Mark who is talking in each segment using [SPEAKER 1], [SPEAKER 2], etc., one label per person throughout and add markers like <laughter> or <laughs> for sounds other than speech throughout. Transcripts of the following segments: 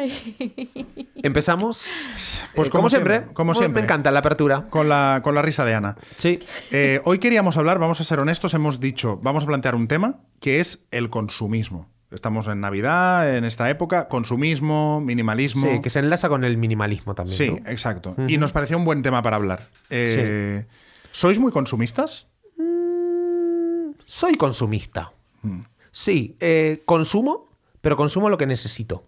[SPEAKER 1] Ay.
[SPEAKER 2] <laughs>
[SPEAKER 3] Empezamos.
[SPEAKER 2] Pues
[SPEAKER 3] eh,
[SPEAKER 2] como siempre, como
[SPEAKER 3] me-
[SPEAKER 2] siempre.
[SPEAKER 3] Me encanta la apertura.
[SPEAKER 2] Con la, con la risa de Ana.
[SPEAKER 3] Sí.
[SPEAKER 2] Eh, hoy queríamos hablar, vamos a ser honestos, hemos dicho, vamos a plantear un tema que es el consumismo. Estamos en Navidad, en esta época, consumismo, minimalismo.
[SPEAKER 3] Sí, que se enlaza con el minimalismo también.
[SPEAKER 2] Sí,
[SPEAKER 3] ¿no?
[SPEAKER 2] exacto. Y nos pareció un buen tema para hablar. Eh, ¿Sois muy consumistas?
[SPEAKER 3] Soy consumista.
[SPEAKER 2] Mm.
[SPEAKER 3] Sí, eh, consumo, pero consumo lo que necesito.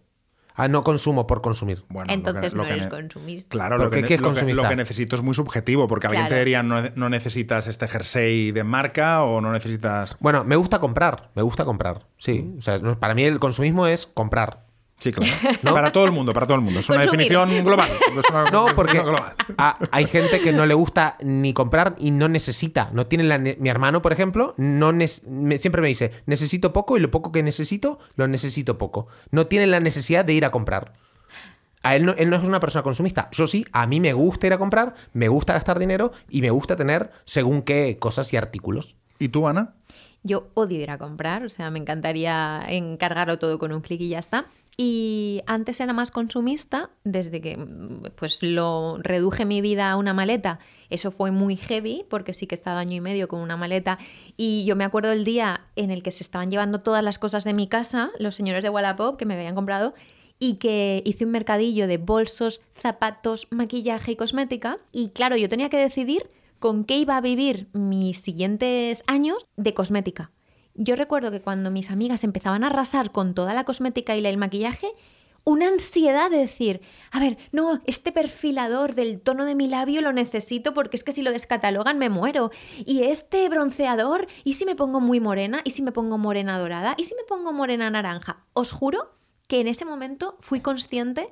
[SPEAKER 3] Ah, no consumo por consumir.
[SPEAKER 2] Bueno, lo que-
[SPEAKER 1] Entonces
[SPEAKER 2] lo
[SPEAKER 1] no
[SPEAKER 2] que
[SPEAKER 1] eres
[SPEAKER 2] ne-
[SPEAKER 1] consumista.
[SPEAKER 2] Claro,
[SPEAKER 3] Porque
[SPEAKER 2] lo que, ne-
[SPEAKER 3] ¿qué es
[SPEAKER 2] lo, que,
[SPEAKER 3] consumista?
[SPEAKER 2] lo que necesito es muy subjetivo, porque alguien
[SPEAKER 1] Claro.
[SPEAKER 2] te diría no, no necesitas este jersey de marca o no necesitas...
[SPEAKER 3] Bueno, me gusta comprar, me gusta comprar.
[SPEAKER 2] Mm.
[SPEAKER 3] Sí, o sea, no- para mí el consumismo es comprar.
[SPEAKER 2] Sí, <laughs> claro. Para todo el mundo, para todo el mundo. Es una
[SPEAKER 1] Consumir.
[SPEAKER 3] <laughs>
[SPEAKER 2] definición global. Es una-
[SPEAKER 3] No, porque
[SPEAKER 2] una global.
[SPEAKER 3] a- hay gente que no le gusta ni comprar y no necesita. No tiene la ne- mi hermano, por ejemplo, no nes- me- siempre me dice, necesito poco y lo poco que necesito, lo necesito poco. No tiene la necesidad de ir a comprar. A él no, él no es una persona consumista. Yo sí, a mí me gusta ir a comprar, me gusta gastar dinero y me gusta tener según qué cosas y artículos.
[SPEAKER 2] ¿Y tú, Ana?
[SPEAKER 1] Yo odio ir a comprar, o sea, me encantaría encargarlo todo con un clic y ya está. Y antes era más consumista, desde que mm, pues lo reduje mi vida a una maleta. Eso fue muy heavy, porque sí que he estado año y medio con una maleta. Y yo me acuerdo el día en el que se estaban llevando todas las cosas de mi casa, los señores de Wallapop que me habían comprado, y que hice un mercadillo de bolsos, zapatos, maquillaje y cosmética. Y claro, yo tenía que decidir con qué iba a vivir mis siguientes años de cosmética. Yo recuerdo que cuando mis amigas empezaban a arrasar con toda la cosmética y la- el maquillaje, una ansiedad de decir, a ver, no, este perfilador del tono de mi labio lo necesito porque es que si lo descatalogan me muero. Y este bronceador, ¿y si me pongo muy morena? ¿Y si me pongo morena dorada? ¿Y si me pongo morena naranja? Os juro que en ese momento fui consciente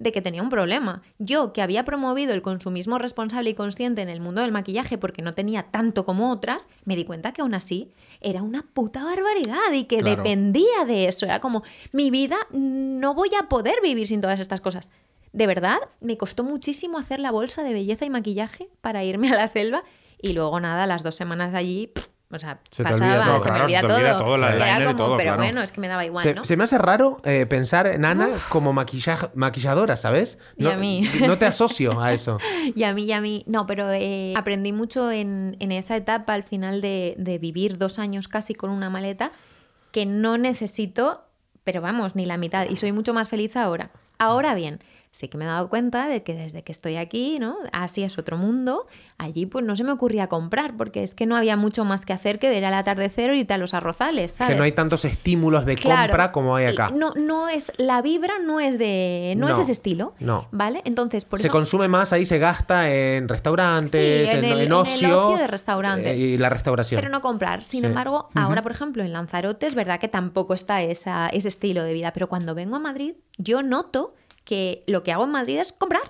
[SPEAKER 1] de que tenía un problema. Yo, que había promovido el consumismo responsable y consciente en el mundo del maquillaje porque no tenía tanto como otras, me di cuenta que aún así era una puta barbaridad y que
[SPEAKER 2] Claro.
[SPEAKER 1] dependía de eso. Era como, mi vida no voy a poder vivir sin todas estas cosas. De verdad, me costó muchísimo hacer la bolsa de belleza y maquillaje para irme a la selva y luego nada, las dos semanas allí... pff, o sea,
[SPEAKER 3] Se te olvida
[SPEAKER 1] pasaba,
[SPEAKER 3] todo,
[SPEAKER 1] se me
[SPEAKER 2] claro,
[SPEAKER 1] olvida
[SPEAKER 2] se te olvida
[SPEAKER 1] todo.
[SPEAKER 2] todo, la
[SPEAKER 1] Y era
[SPEAKER 2] eyeliner y
[SPEAKER 1] como,
[SPEAKER 2] todo,
[SPEAKER 1] pero
[SPEAKER 2] claro.
[SPEAKER 1] bueno, es que me daba igual,
[SPEAKER 3] se,
[SPEAKER 1] ¿no?
[SPEAKER 3] se me hace raro eh, pensar en Ana como maquilla- maquilladora, ¿sabes?
[SPEAKER 1] Y
[SPEAKER 3] No,
[SPEAKER 1] a mí.
[SPEAKER 3] no te asocio
[SPEAKER 1] <laughs>
[SPEAKER 3] a eso.
[SPEAKER 1] Y a mí, y a mí. No, pero eh, aprendí mucho en, en esa etapa al final de, de vivir dos años casi con una maleta que no necesito, pero vamos, ni la mitad. Y soy mucho más feliz ahora. Ahora bien, sí que me he dado cuenta de que desde que estoy aquí, ¿no? Así es otro mundo. Allí pues no se me ocurría comprar porque es que no había mucho más que hacer que ver al atardecer y irte a los arrozales, ¿sabes?
[SPEAKER 3] Que no hay tantos estímulos de
[SPEAKER 1] Claro.
[SPEAKER 3] compra como hay
[SPEAKER 1] Y
[SPEAKER 3] acá.
[SPEAKER 1] No, no es, la vibra no es de, no, es
[SPEAKER 3] No,
[SPEAKER 1] ese estilo.
[SPEAKER 3] no.
[SPEAKER 1] ¿Vale? Entonces, por
[SPEAKER 3] se
[SPEAKER 1] eso.
[SPEAKER 3] consume más, ahí se gasta en restaurantes,
[SPEAKER 1] Sí, en
[SPEAKER 3] en,
[SPEAKER 1] el-
[SPEAKER 3] en
[SPEAKER 1] en el
[SPEAKER 3] ocio.
[SPEAKER 1] ocio de restaurantes.
[SPEAKER 3] eh, y la restauración.
[SPEAKER 1] Pero no comprar. Sin
[SPEAKER 3] Sí.
[SPEAKER 1] embargo, ahora, por ejemplo, en Lanzarote es verdad que tampoco está esa, ese estilo de vida. Pero cuando vengo a Madrid, yo noto que lo que hago en Madrid es comprar.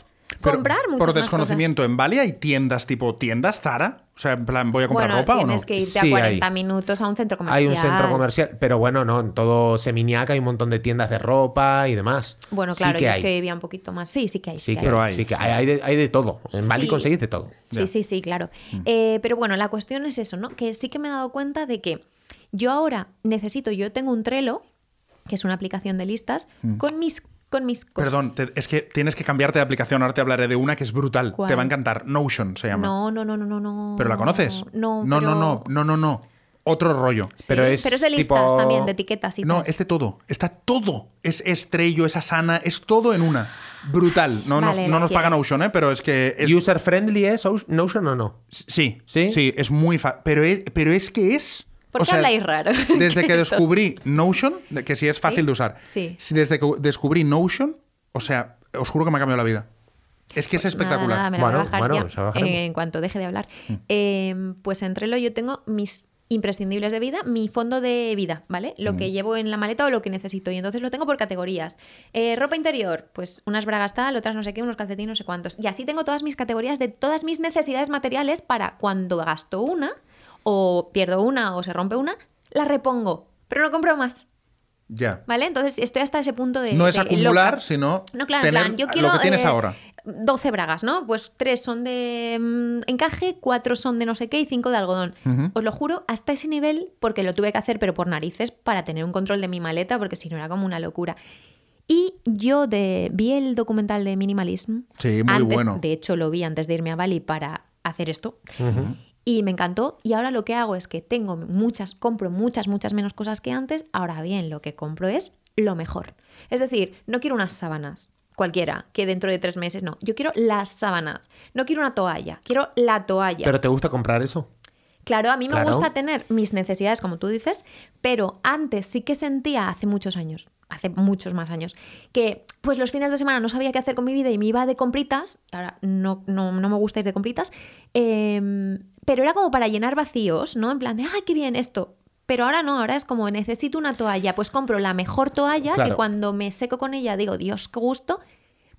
[SPEAKER 2] Pero
[SPEAKER 1] comprar Ah, muchas
[SPEAKER 2] Por
[SPEAKER 1] más
[SPEAKER 2] desconocimiento, ¿en Bali hay tiendas tipo tiendas Zara? O sea, en plan, ¿voy a
[SPEAKER 1] cosas.
[SPEAKER 2] comprar
[SPEAKER 1] bueno,
[SPEAKER 2] ropa o no?
[SPEAKER 1] tienes que irte
[SPEAKER 3] Sí,
[SPEAKER 1] a
[SPEAKER 3] hay.
[SPEAKER 1] 40 minutos a un centro comercial.
[SPEAKER 3] Hay un centro comercial, pero bueno, no, en todo Seminac hay un montón de tiendas de ropa y demás.
[SPEAKER 1] Bueno,
[SPEAKER 3] Sí
[SPEAKER 1] claro,
[SPEAKER 3] que
[SPEAKER 1] yo
[SPEAKER 3] hay.
[SPEAKER 1] es que vivía un poquito más. Sí, sí que hay.
[SPEAKER 3] Sí que,
[SPEAKER 2] Pero
[SPEAKER 3] hay.
[SPEAKER 2] hay.
[SPEAKER 3] sí que hay, hay de, hay de todo. En Bali
[SPEAKER 1] Sí.
[SPEAKER 3] conseguís de todo.
[SPEAKER 2] Ya.
[SPEAKER 1] Sí, sí, sí, claro.
[SPEAKER 3] Mm.
[SPEAKER 1] Eh, pero bueno, la cuestión es eso, ¿no? Que sí que me he dado cuenta de que yo ahora necesito, yo tengo un Trello, que es una aplicación de listas,
[SPEAKER 3] Mm.
[SPEAKER 1] con mis con mis cosas.
[SPEAKER 2] Perdón, te- es que tienes que cambiarte de aplicación. Ahora te hablaré de una que es brutal.
[SPEAKER 1] ¿Cuál?
[SPEAKER 2] Te va a encantar. Notion se llama.
[SPEAKER 1] No, no, no, no, no, no.
[SPEAKER 2] ¿Pero la conoces?
[SPEAKER 1] No,
[SPEAKER 2] no,
[SPEAKER 1] pero-
[SPEAKER 2] no, no, no, no, no. Otro rollo.
[SPEAKER 1] Sí,
[SPEAKER 3] Pero
[SPEAKER 1] pero,
[SPEAKER 3] es
[SPEAKER 1] es de listas
[SPEAKER 3] tipo-
[SPEAKER 1] también, de etiquetas y
[SPEAKER 2] No,
[SPEAKER 1] tal.
[SPEAKER 2] es de todo. Está todo. Es estrello, es asana, es todo en una. Brutal. No,
[SPEAKER 1] Vale,
[SPEAKER 2] nos,
[SPEAKER 1] la
[SPEAKER 2] no nos
[SPEAKER 1] quiero.
[SPEAKER 2] paga Notion, ¿eh? pero es que es
[SPEAKER 3] ¿User friendly es Ou- Notion o no?
[SPEAKER 2] Sí,
[SPEAKER 3] ¿Sí?
[SPEAKER 2] sí, es muy fácil. Pero es, pero es que es.
[SPEAKER 1] ¿Por qué habláis raro? <laughs>
[SPEAKER 2] Desde que
[SPEAKER 1] Que
[SPEAKER 2] descubrí Notion, de- que sí es fácil de usar.
[SPEAKER 1] Sí.
[SPEAKER 2] Si Desde que descubrí Notion, o sea, os juro que me ha cambiado la vida. Es que es espectacular.
[SPEAKER 1] Pues
[SPEAKER 2] Mm.
[SPEAKER 1] Nada, nada, me la
[SPEAKER 3] Bueno,
[SPEAKER 1] voy a bajar ya,
[SPEAKER 3] bueno, ya bajaremos.
[SPEAKER 1] eh, en cuanto deje de hablar. Eh, pues entre lo yo tengo mis imprescindibles de vida, mi fondo de vida, ¿vale? Lo
[SPEAKER 2] Mm.
[SPEAKER 1] que llevo en la maleta o lo que necesito. Y entonces lo tengo por categorías. Eh, ropa interior, pues unas bragas tal, otras no sé qué, unos calcetines no sé cuántos. Y así tengo todas mis categorías de todas mis necesidades materiales para cuando gasto una o pierdo una o se rompe una, la repongo, pero no compro más.
[SPEAKER 2] Ya.
[SPEAKER 1] ¿Vale? Entonces estoy hasta ese punto de.
[SPEAKER 2] No es
[SPEAKER 1] de
[SPEAKER 2] acumular,
[SPEAKER 1] loca.
[SPEAKER 2] sino
[SPEAKER 1] No, claro, en
[SPEAKER 2] tener
[SPEAKER 1] plan, yo
[SPEAKER 2] lo
[SPEAKER 1] quiero.
[SPEAKER 2] que tienes
[SPEAKER 1] eh,
[SPEAKER 2] ahora.
[SPEAKER 1] 12 bragas, ¿no? Pues tres son de mm, encaje, cuatro son de no sé qué y cinco de algodón. Os lo juro, hasta ese nivel, porque lo tuve que hacer, pero por narices, para tener un control de mi maleta, porque si no era como una locura. Y yo de, vi el documental de Minimalism.
[SPEAKER 2] Sí, muy
[SPEAKER 1] antes,
[SPEAKER 2] bueno.
[SPEAKER 1] De hecho, lo vi antes de irme a Bali para hacer esto. Y me encantó. Y ahora lo que hago es que tengo muchas, compro muchas, muchas menos cosas que antes. Ahora bien, lo que compro es lo mejor. Es decir, no quiero unas sábanas cualquiera que dentro de tres meses no. Yo quiero las sábanas. No quiero una toalla. Quiero la toalla.
[SPEAKER 3] ¿Pero te gusta comprar eso?
[SPEAKER 1] Claro, a mí me
[SPEAKER 3] Claro.
[SPEAKER 1] gusta tener mis necesidades, como tú dices, pero antes sí que sentía hace muchos años, hace muchos más años, que pues los fines de semana no sabía qué hacer con mi vida y me iba de compritas, ahora no, no, no me gusta ir de compritas, eh, pero era como para llenar vacíos, ¿no? En plan de, ¡ay, qué bien esto! Pero ahora no, ahora es como necesito una toalla, pues compro la mejor toalla
[SPEAKER 3] Claro.
[SPEAKER 1] que cuando me seco con ella digo, Dios, qué gusto,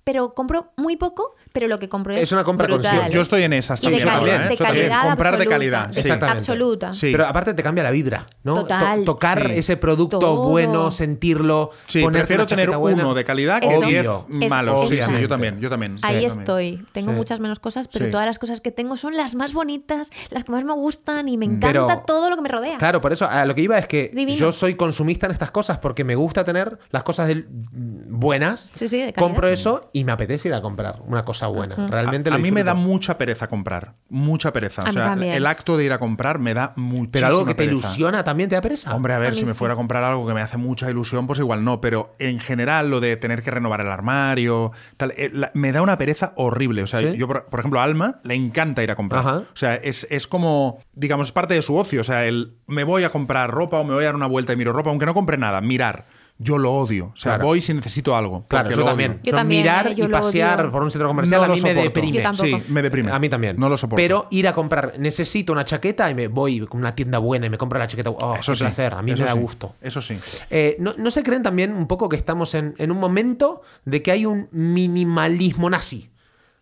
[SPEAKER 1] pero compro muy poco, pero lo que compro es...
[SPEAKER 3] Es una compra
[SPEAKER 1] brutal.
[SPEAKER 3] consciente.
[SPEAKER 2] Yo estoy en esas
[SPEAKER 1] Y de,
[SPEAKER 2] también.
[SPEAKER 3] Yo
[SPEAKER 1] cali-
[SPEAKER 3] también,
[SPEAKER 1] de
[SPEAKER 3] ¿eh? Yo también.
[SPEAKER 1] calidad
[SPEAKER 2] Comprar de
[SPEAKER 1] absoluta.
[SPEAKER 2] calidad, sí.
[SPEAKER 3] Exactamente.
[SPEAKER 1] Absoluta.
[SPEAKER 2] Sí.
[SPEAKER 3] Pero aparte te cambia la vibra, ¿no?
[SPEAKER 1] Total.
[SPEAKER 3] tocar
[SPEAKER 2] Sí.
[SPEAKER 3] ese producto
[SPEAKER 1] Todo.
[SPEAKER 3] bueno, sentirlo,
[SPEAKER 2] Sí,
[SPEAKER 3] ponerte
[SPEAKER 2] prefiero
[SPEAKER 3] una
[SPEAKER 2] tener
[SPEAKER 3] chaqueta buena.
[SPEAKER 2] uno de calidad que
[SPEAKER 1] Eso.
[SPEAKER 2] diez
[SPEAKER 1] Es-
[SPEAKER 2] malos. Sí, sí,
[SPEAKER 3] Obviamente.
[SPEAKER 2] yo también, yo también. sí,
[SPEAKER 1] Ahí
[SPEAKER 2] yo también.
[SPEAKER 1] estoy. Tengo
[SPEAKER 2] Sí.
[SPEAKER 1] muchas menos cosas, pero
[SPEAKER 2] Sí.
[SPEAKER 1] todas las cosas que tengo son las más bonitas, las que más me gustan y me encanta
[SPEAKER 3] Pero-
[SPEAKER 1] todo lo que me rodea.
[SPEAKER 3] Claro, por eso a lo que iba es que
[SPEAKER 1] Divino.
[SPEAKER 3] yo soy consumista en estas cosas porque me gusta tener las cosas del- mm, buenas.
[SPEAKER 1] Sí, sí, de calidad.
[SPEAKER 3] compro eso y me apetece ir a comprar una cosa buena. Realmente
[SPEAKER 2] a,
[SPEAKER 3] lo
[SPEAKER 2] a mí me da
[SPEAKER 3] disfruto.
[SPEAKER 2] mucha pereza comprar. Mucha pereza.
[SPEAKER 1] A
[SPEAKER 2] O
[SPEAKER 1] mí
[SPEAKER 2] sea,
[SPEAKER 1] también.
[SPEAKER 2] el acto de ir a comprar me da muchísima
[SPEAKER 3] Pero algo que te
[SPEAKER 2] pereza.
[SPEAKER 3] ilusiona también te da pereza.
[SPEAKER 2] Hombre, a
[SPEAKER 1] A
[SPEAKER 2] ver,
[SPEAKER 1] mí
[SPEAKER 2] si me
[SPEAKER 1] sí.
[SPEAKER 2] fuera a comprar algo que me hace mucha ilusión, pues igual no. Pero en general, lo de tener que renovar el armario, tal, eh, la- me da una pereza horrible. O sea,
[SPEAKER 3] ¿Sí?
[SPEAKER 2] yo, por, por ejemplo, a Alma le encanta ir a comprar.
[SPEAKER 3] Ajá.
[SPEAKER 2] O sea, es, es como, digamos, parte de su ocio. O sea, el me voy a comprar ropa o me voy a dar una vuelta y miro ropa, aunque no compre nada, mirar. Yo lo odio. O sea,
[SPEAKER 3] Claro.
[SPEAKER 2] voy si necesito algo.
[SPEAKER 3] Claro,
[SPEAKER 2] porque
[SPEAKER 3] yo
[SPEAKER 2] lo odio.
[SPEAKER 3] también.
[SPEAKER 1] Yo también,
[SPEAKER 3] mirar
[SPEAKER 1] ¿eh? Yo
[SPEAKER 3] y
[SPEAKER 1] lo
[SPEAKER 3] pasear
[SPEAKER 1] odio.
[SPEAKER 3] por un centro comercial a
[SPEAKER 2] lo
[SPEAKER 3] mí me
[SPEAKER 2] soporto.
[SPEAKER 3] deprime.
[SPEAKER 1] Yo tampoco.
[SPEAKER 2] Sí, me deprime.
[SPEAKER 3] A mí también.
[SPEAKER 2] No lo soporto.
[SPEAKER 3] Pero ir a comprar, necesito una chaqueta y me voy con una tienda buena y me compro la chaqueta. Oh,
[SPEAKER 2] eso
[SPEAKER 3] qué
[SPEAKER 2] sí.
[SPEAKER 3] placer. A mí
[SPEAKER 2] eso
[SPEAKER 3] me da
[SPEAKER 2] sí,
[SPEAKER 3] gusto.
[SPEAKER 2] Eso sí.
[SPEAKER 3] Eh, ¿no, no se creen también un poco que estamos en, en un momento de que hay un minimalismo nazi?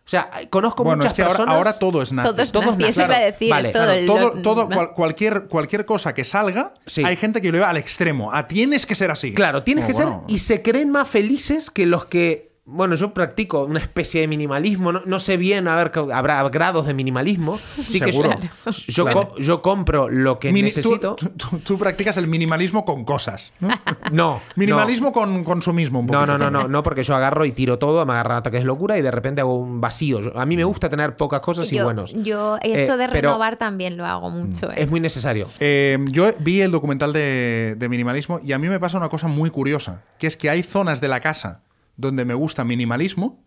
[SPEAKER 3] O sea, hay- conozco
[SPEAKER 2] Bueno,
[SPEAKER 3] muchas
[SPEAKER 2] es que ahora-
[SPEAKER 3] personas.
[SPEAKER 2] ahora todo es nazi.
[SPEAKER 1] Todo es
[SPEAKER 3] Todos
[SPEAKER 1] nazi,
[SPEAKER 3] na-
[SPEAKER 1] eso iba a
[SPEAKER 3] claro,
[SPEAKER 1] decir,
[SPEAKER 3] vale,
[SPEAKER 1] es todo
[SPEAKER 3] claro,
[SPEAKER 1] el-
[SPEAKER 2] todo,
[SPEAKER 1] lo-
[SPEAKER 2] todo,
[SPEAKER 1] na-
[SPEAKER 2] cual- cualquier, cualquier cosa que salga,
[SPEAKER 3] Sí.
[SPEAKER 2] hay gente que lo lleva al extremo. Ah, tienes que ser así.
[SPEAKER 3] Claro, tienes
[SPEAKER 2] Oh,
[SPEAKER 3] que ser.
[SPEAKER 2] bueno.
[SPEAKER 3] Y se creen más felices que los que. Bueno, yo practico una especie de minimalismo. No, no sé bien, a ver, que habrá grados de minimalismo. Sí que yo,
[SPEAKER 2] Seguro.
[SPEAKER 3] yo,
[SPEAKER 2] Claro.
[SPEAKER 3] co- yo compro lo que
[SPEAKER 2] Mini- tú-
[SPEAKER 3] necesito.
[SPEAKER 2] Tú, tú- tú practicas el minimalismo con cosas.
[SPEAKER 3] <laughs>
[SPEAKER 2] ¿no?
[SPEAKER 3] No.
[SPEAKER 2] minimalismo con consumismo un poco.
[SPEAKER 3] No, no, no, no, no, porque yo agarro y tiro todo, me agarran ataques de locura y de repente hago un vacío. Yo- a mí me gusta tener pocas cosas y
[SPEAKER 1] yo,
[SPEAKER 3] buenos.
[SPEAKER 1] yo eso
[SPEAKER 3] Eh,
[SPEAKER 1] de
[SPEAKER 3] pero
[SPEAKER 1] renovar también lo hago
[SPEAKER 2] Mm,
[SPEAKER 1] mucho. ¿eh?
[SPEAKER 3] Es muy necesario.
[SPEAKER 2] Eh, yo vi el documental de, de minimalismo y a mí me pasa una cosa muy curiosa, que es que hay zonas de la casa donde me gusta minimalismo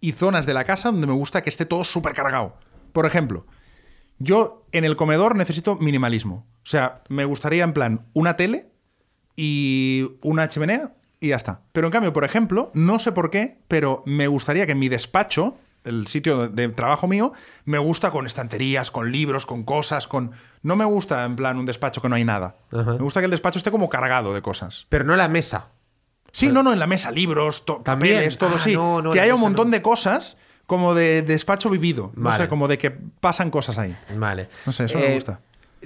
[SPEAKER 2] y zonas de la casa donde me gusta que esté todo súper cargado. Por ejemplo, yo en el comedor necesito minimalismo. O sea, me gustaría en plan una tele y una chimenea y ya está. Pero en cambio, por ejemplo, no sé por qué, pero me gustaría que mi despacho, el sitio de de trabajo mío, me gusta con estanterías, con libros, con cosas, con... No me gusta en plan un despacho que no hay nada.
[SPEAKER 3] Ajá.
[SPEAKER 2] Me gusta que el despacho esté como cargado de cosas.
[SPEAKER 3] Pero no la mesa.
[SPEAKER 2] Sí, no, no, en la mesa, libros, to-
[SPEAKER 3] También.
[SPEAKER 2] papeles, todo
[SPEAKER 3] Ah,
[SPEAKER 2] sí.
[SPEAKER 3] no, no,
[SPEAKER 2] que
[SPEAKER 3] la
[SPEAKER 2] haya un
[SPEAKER 3] mesa
[SPEAKER 2] montón
[SPEAKER 3] no.
[SPEAKER 2] de cosas como de despacho vivido. No
[SPEAKER 3] Vale.
[SPEAKER 2] sé, como de que pasan cosas ahí.
[SPEAKER 3] Vale. Eh,
[SPEAKER 2] No sé, eso me gusta.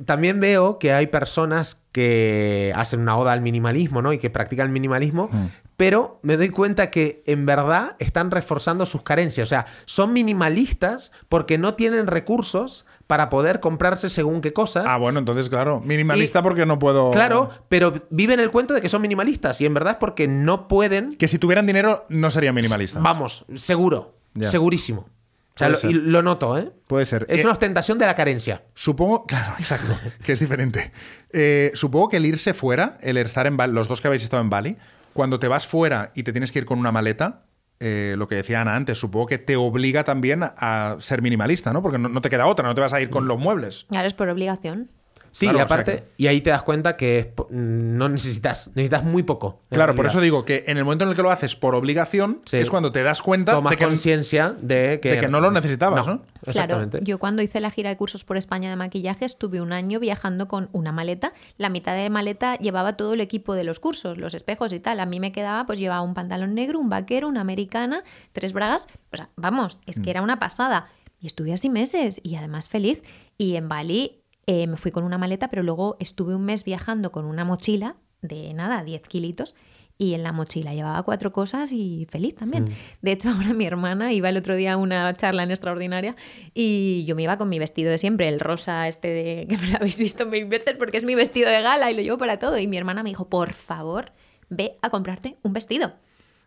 [SPEAKER 3] También veo que hay personas que hacen una oda al minimalismo, ¿no? Y que practican el minimalismo,
[SPEAKER 2] Mm.
[SPEAKER 3] pero me doy cuenta que en verdad están reforzando sus carencias. O sea, son minimalistas porque no tienen recursos para poder comprarse según qué cosas.
[SPEAKER 2] Ah, oh. bueno, entonces, claro, minimalista
[SPEAKER 3] Y-
[SPEAKER 2] porque no puedo...
[SPEAKER 3] Claro, pero viven el cuento de que son minimalistas y en verdad es porque no pueden.
[SPEAKER 2] Que si tuvieran dinero no sería minimalista.
[SPEAKER 3] Vamos, seguro,
[SPEAKER 2] Ah. Ya.
[SPEAKER 3] segurísimo. O sea,
[SPEAKER 2] Puede
[SPEAKER 3] lo,
[SPEAKER 2] ser.
[SPEAKER 3] y lo noto, ¿eh?
[SPEAKER 2] Puede ser.
[SPEAKER 3] Es
[SPEAKER 2] Eh,
[SPEAKER 3] una ostentación de la carencia.
[SPEAKER 2] Supongo, <laughs> claro, exacto, que es diferente. Eh, supongo que el irse fuera, el estar en Bali, los dos que habéis estado en Bali, cuando te vas fuera y te tienes que ir con una maleta, eh, lo que decía Ana antes, supongo que te obliga también a ser minimalista, ¿no? Porque no, no te queda otra, no te vas a ir con los muebles.
[SPEAKER 1] Claro, es por obligación.
[SPEAKER 3] Sí,
[SPEAKER 2] Claro,
[SPEAKER 3] y
[SPEAKER 2] o sea
[SPEAKER 3] aparte, y ahí te das cuenta que es po- no necesitas, necesitas muy poco. en
[SPEAKER 2] Claro, por
[SPEAKER 3] realidad.
[SPEAKER 2] eso digo que en el momento en el que lo haces por obligación,
[SPEAKER 3] Sí.
[SPEAKER 2] es cuando te das cuenta
[SPEAKER 3] Tomas
[SPEAKER 2] de que
[SPEAKER 3] conciencia de que,
[SPEAKER 2] de que no lo necesitabas, ¿no?
[SPEAKER 1] Claro,
[SPEAKER 3] Exactamente.
[SPEAKER 1] yo cuando hice la gira de cursos por España de maquillaje estuve un año viajando con una maleta. La mitad de maleta llevaba todo el equipo de los cursos, los espejos y tal. A mí me quedaba, pues llevaba un pantalón negro, un vaquero, una americana, tres bragas. O sea, vamos, es que era una pasada. Y estuve así meses y además feliz. Y en Bali eh, me fui con una maleta, pero luego estuve un mes viajando con una mochila de nada, 10 kilitos. Y en la mochila llevaba cuatro cosas y feliz también. De hecho, <laughs> ahora mi hermana iba el otro día a una charla en extraordinaria y yo me iba con mi vestido de siempre, el rosa este de <laughs> que me lo habéis visto mil veces porque es mi vestido de gala y lo llevo para todo. Y mi hermana me dijo, por favor, ve a comprarte un vestido.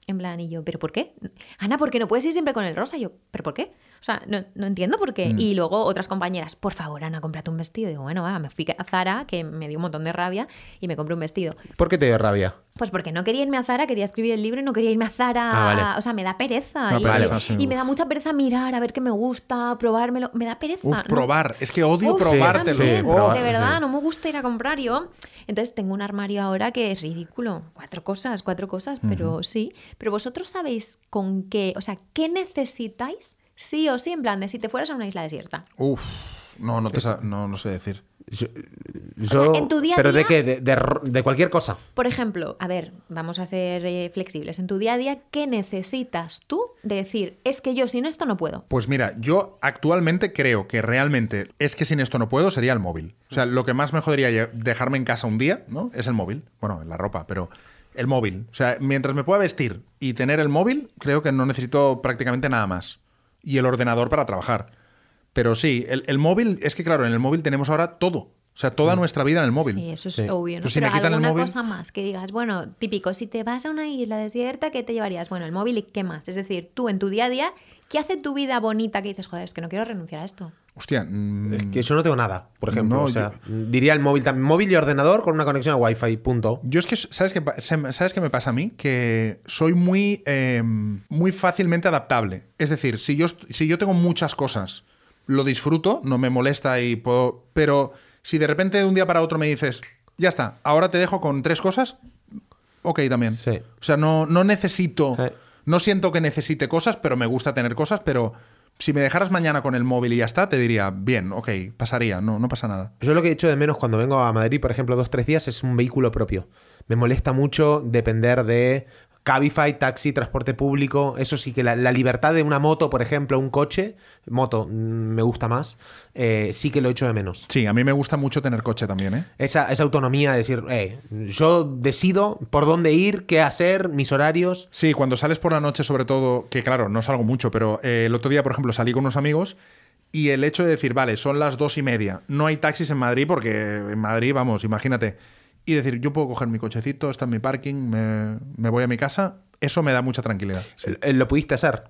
[SPEAKER 1] En plan, y yo, ¿pero por qué? Ana, ¿por qué no puedes ir siempre con el rosa? Y yo, ¿pero por qué? O sea, no, no entiendo por qué. Y luego otras compañeras, por favor, Ana, cómprate un vestido. Y digo, bueno, va, me fui a Zara, que me dio un montón de rabia, y me compré un vestido.
[SPEAKER 3] ¿Por qué te dio rabia?
[SPEAKER 1] Pues porque no quería irme a Zara, quería escribir el libro y no quería irme a Zara.
[SPEAKER 3] Ah, vale.
[SPEAKER 1] O sea, me da pereza.
[SPEAKER 2] Da
[SPEAKER 1] y,
[SPEAKER 2] pereza,
[SPEAKER 1] y-
[SPEAKER 2] sí.
[SPEAKER 1] y me da mucha pereza mirar, a ver qué me gusta, probármelo. Me da pereza.
[SPEAKER 2] Uf,
[SPEAKER 1] Ah, no-
[SPEAKER 2] probar. Es que odio
[SPEAKER 1] Uf,
[SPEAKER 2] probártelo.
[SPEAKER 1] también,
[SPEAKER 3] sí, probar-
[SPEAKER 1] de verdad,
[SPEAKER 3] sí.
[SPEAKER 1] no me gusta ir a comprar yo. Entonces tengo un armario ahora que es ridículo. Cuatro cosas, cuatro cosas, pero sí. Pero vosotros sabéis con qué, o sea, qué necesitáis sí o sí, en plan de si te fueras a una isla desierta.
[SPEAKER 2] Uf. No, no, te sa- no, no sé decir.
[SPEAKER 3] Yo,
[SPEAKER 1] sea,
[SPEAKER 3] yo-
[SPEAKER 1] en tu día a
[SPEAKER 3] pero de
[SPEAKER 1] día-
[SPEAKER 3] qué, de, de r- de cualquier cosa.
[SPEAKER 1] Por ejemplo, a ver, vamos a ser eh, flexibles. En tu día a día, ¿qué necesitas tú de decir, es que yo sin esto no puedo?
[SPEAKER 2] Pues mira, yo actualmente creo que realmente es que sin esto no puedo sería el móvil. O sea, lo que más me jodería lle- dejarme en casa un día, ¿no? Es el móvil. Bueno, la ropa, pero el móvil. O sea, mientras me pueda vestir y tener el móvil, creo que no necesito prácticamente nada más. Y el ordenador para trabajar. Pero sí, el, el móvil, es que claro, en el móvil tenemos ahora todo. O sea, toda nuestra vida en el móvil.
[SPEAKER 1] Mm. Sí, eso es
[SPEAKER 3] Sí.
[SPEAKER 1] obvio. ¿no?
[SPEAKER 2] Pues si
[SPEAKER 1] Pero
[SPEAKER 2] me quitan el
[SPEAKER 1] alguna
[SPEAKER 2] móvil-
[SPEAKER 1] cosa más que digas, bueno, típico, si te vas a una isla desierta, ¿qué te llevarías? Bueno, el móvil y qué más. Es decir, tú en tu día a día, ¿qué hace tu vida bonita que dices, joder, es que no quiero renunciar a esto?
[SPEAKER 2] Hostia, mm,
[SPEAKER 3] Es que yo no tengo nada, por ejemplo.
[SPEAKER 2] No,
[SPEAKER 3] o sea, Diría el móvil también. Móvil y ordenador con una conexión a Wi-Fi, punto.
[SPEAKER 2] Yo es que, ¿sabes qué, pa- se- ¿sabes qué me pasa a mí? Que soy muy, eh, muy fácilmente adaptable. Es decir, si yo, est- si yo tengo muchas cosas, lo disfruto, no me molesta y puedo... Pero si de repente de un día para otro me dices, ya está, ahora te dejo con tres cosas, ok también.
[SPEAKER 3] Sí.
[SPEAKER 2] O sea, no, no necesito...
[SPEAKER 3] Sí.
[SPEAKER 2] No siento que necesite cosas, pero me gusta tener cosas, pero... Si me dejaras mañana con el móvil y ya está, te diría, bien, ok, pasaría, no, no pasa nada.
[SPEAKER 3] Yo lo que he hecho de menos cuando vengo a Madrid, por ejemplo, dos, tres días, es un vehículo propio. Me molesta mucho depender de Cabify, taxi, transporte público. Eso sí que la, la libertad de una moto, por ejemplo, un coche, moto, mm, me gusta más. eh, sí que lo echo de menos.
[SPEAKER 2] Sí, a mí me gusta mucho tener coche también, ¿eh?
[SPEAKER 3] Esa, esa autonomía de decir, eh, yo decido por dónde ir, qué hacer, mis horarios.
[SPEAKER 2] Sí, cuando sales por la noche, sobre todo, que claro, no salgo mucho, pero eh, el otro día, por ejemplo, salí con unos amigos y el hecho de decir, vale, son las dos y media, no hay taxis en Madrid porque en Madrid, vamos, imagínate. Y decir, yo puedo coger mi cochecito, está en mi parking, me, me voy a mi casa, eso me da mucha tranquilidad.
[SPEAKER 3] Eh, ¿Lo pudiste hacer?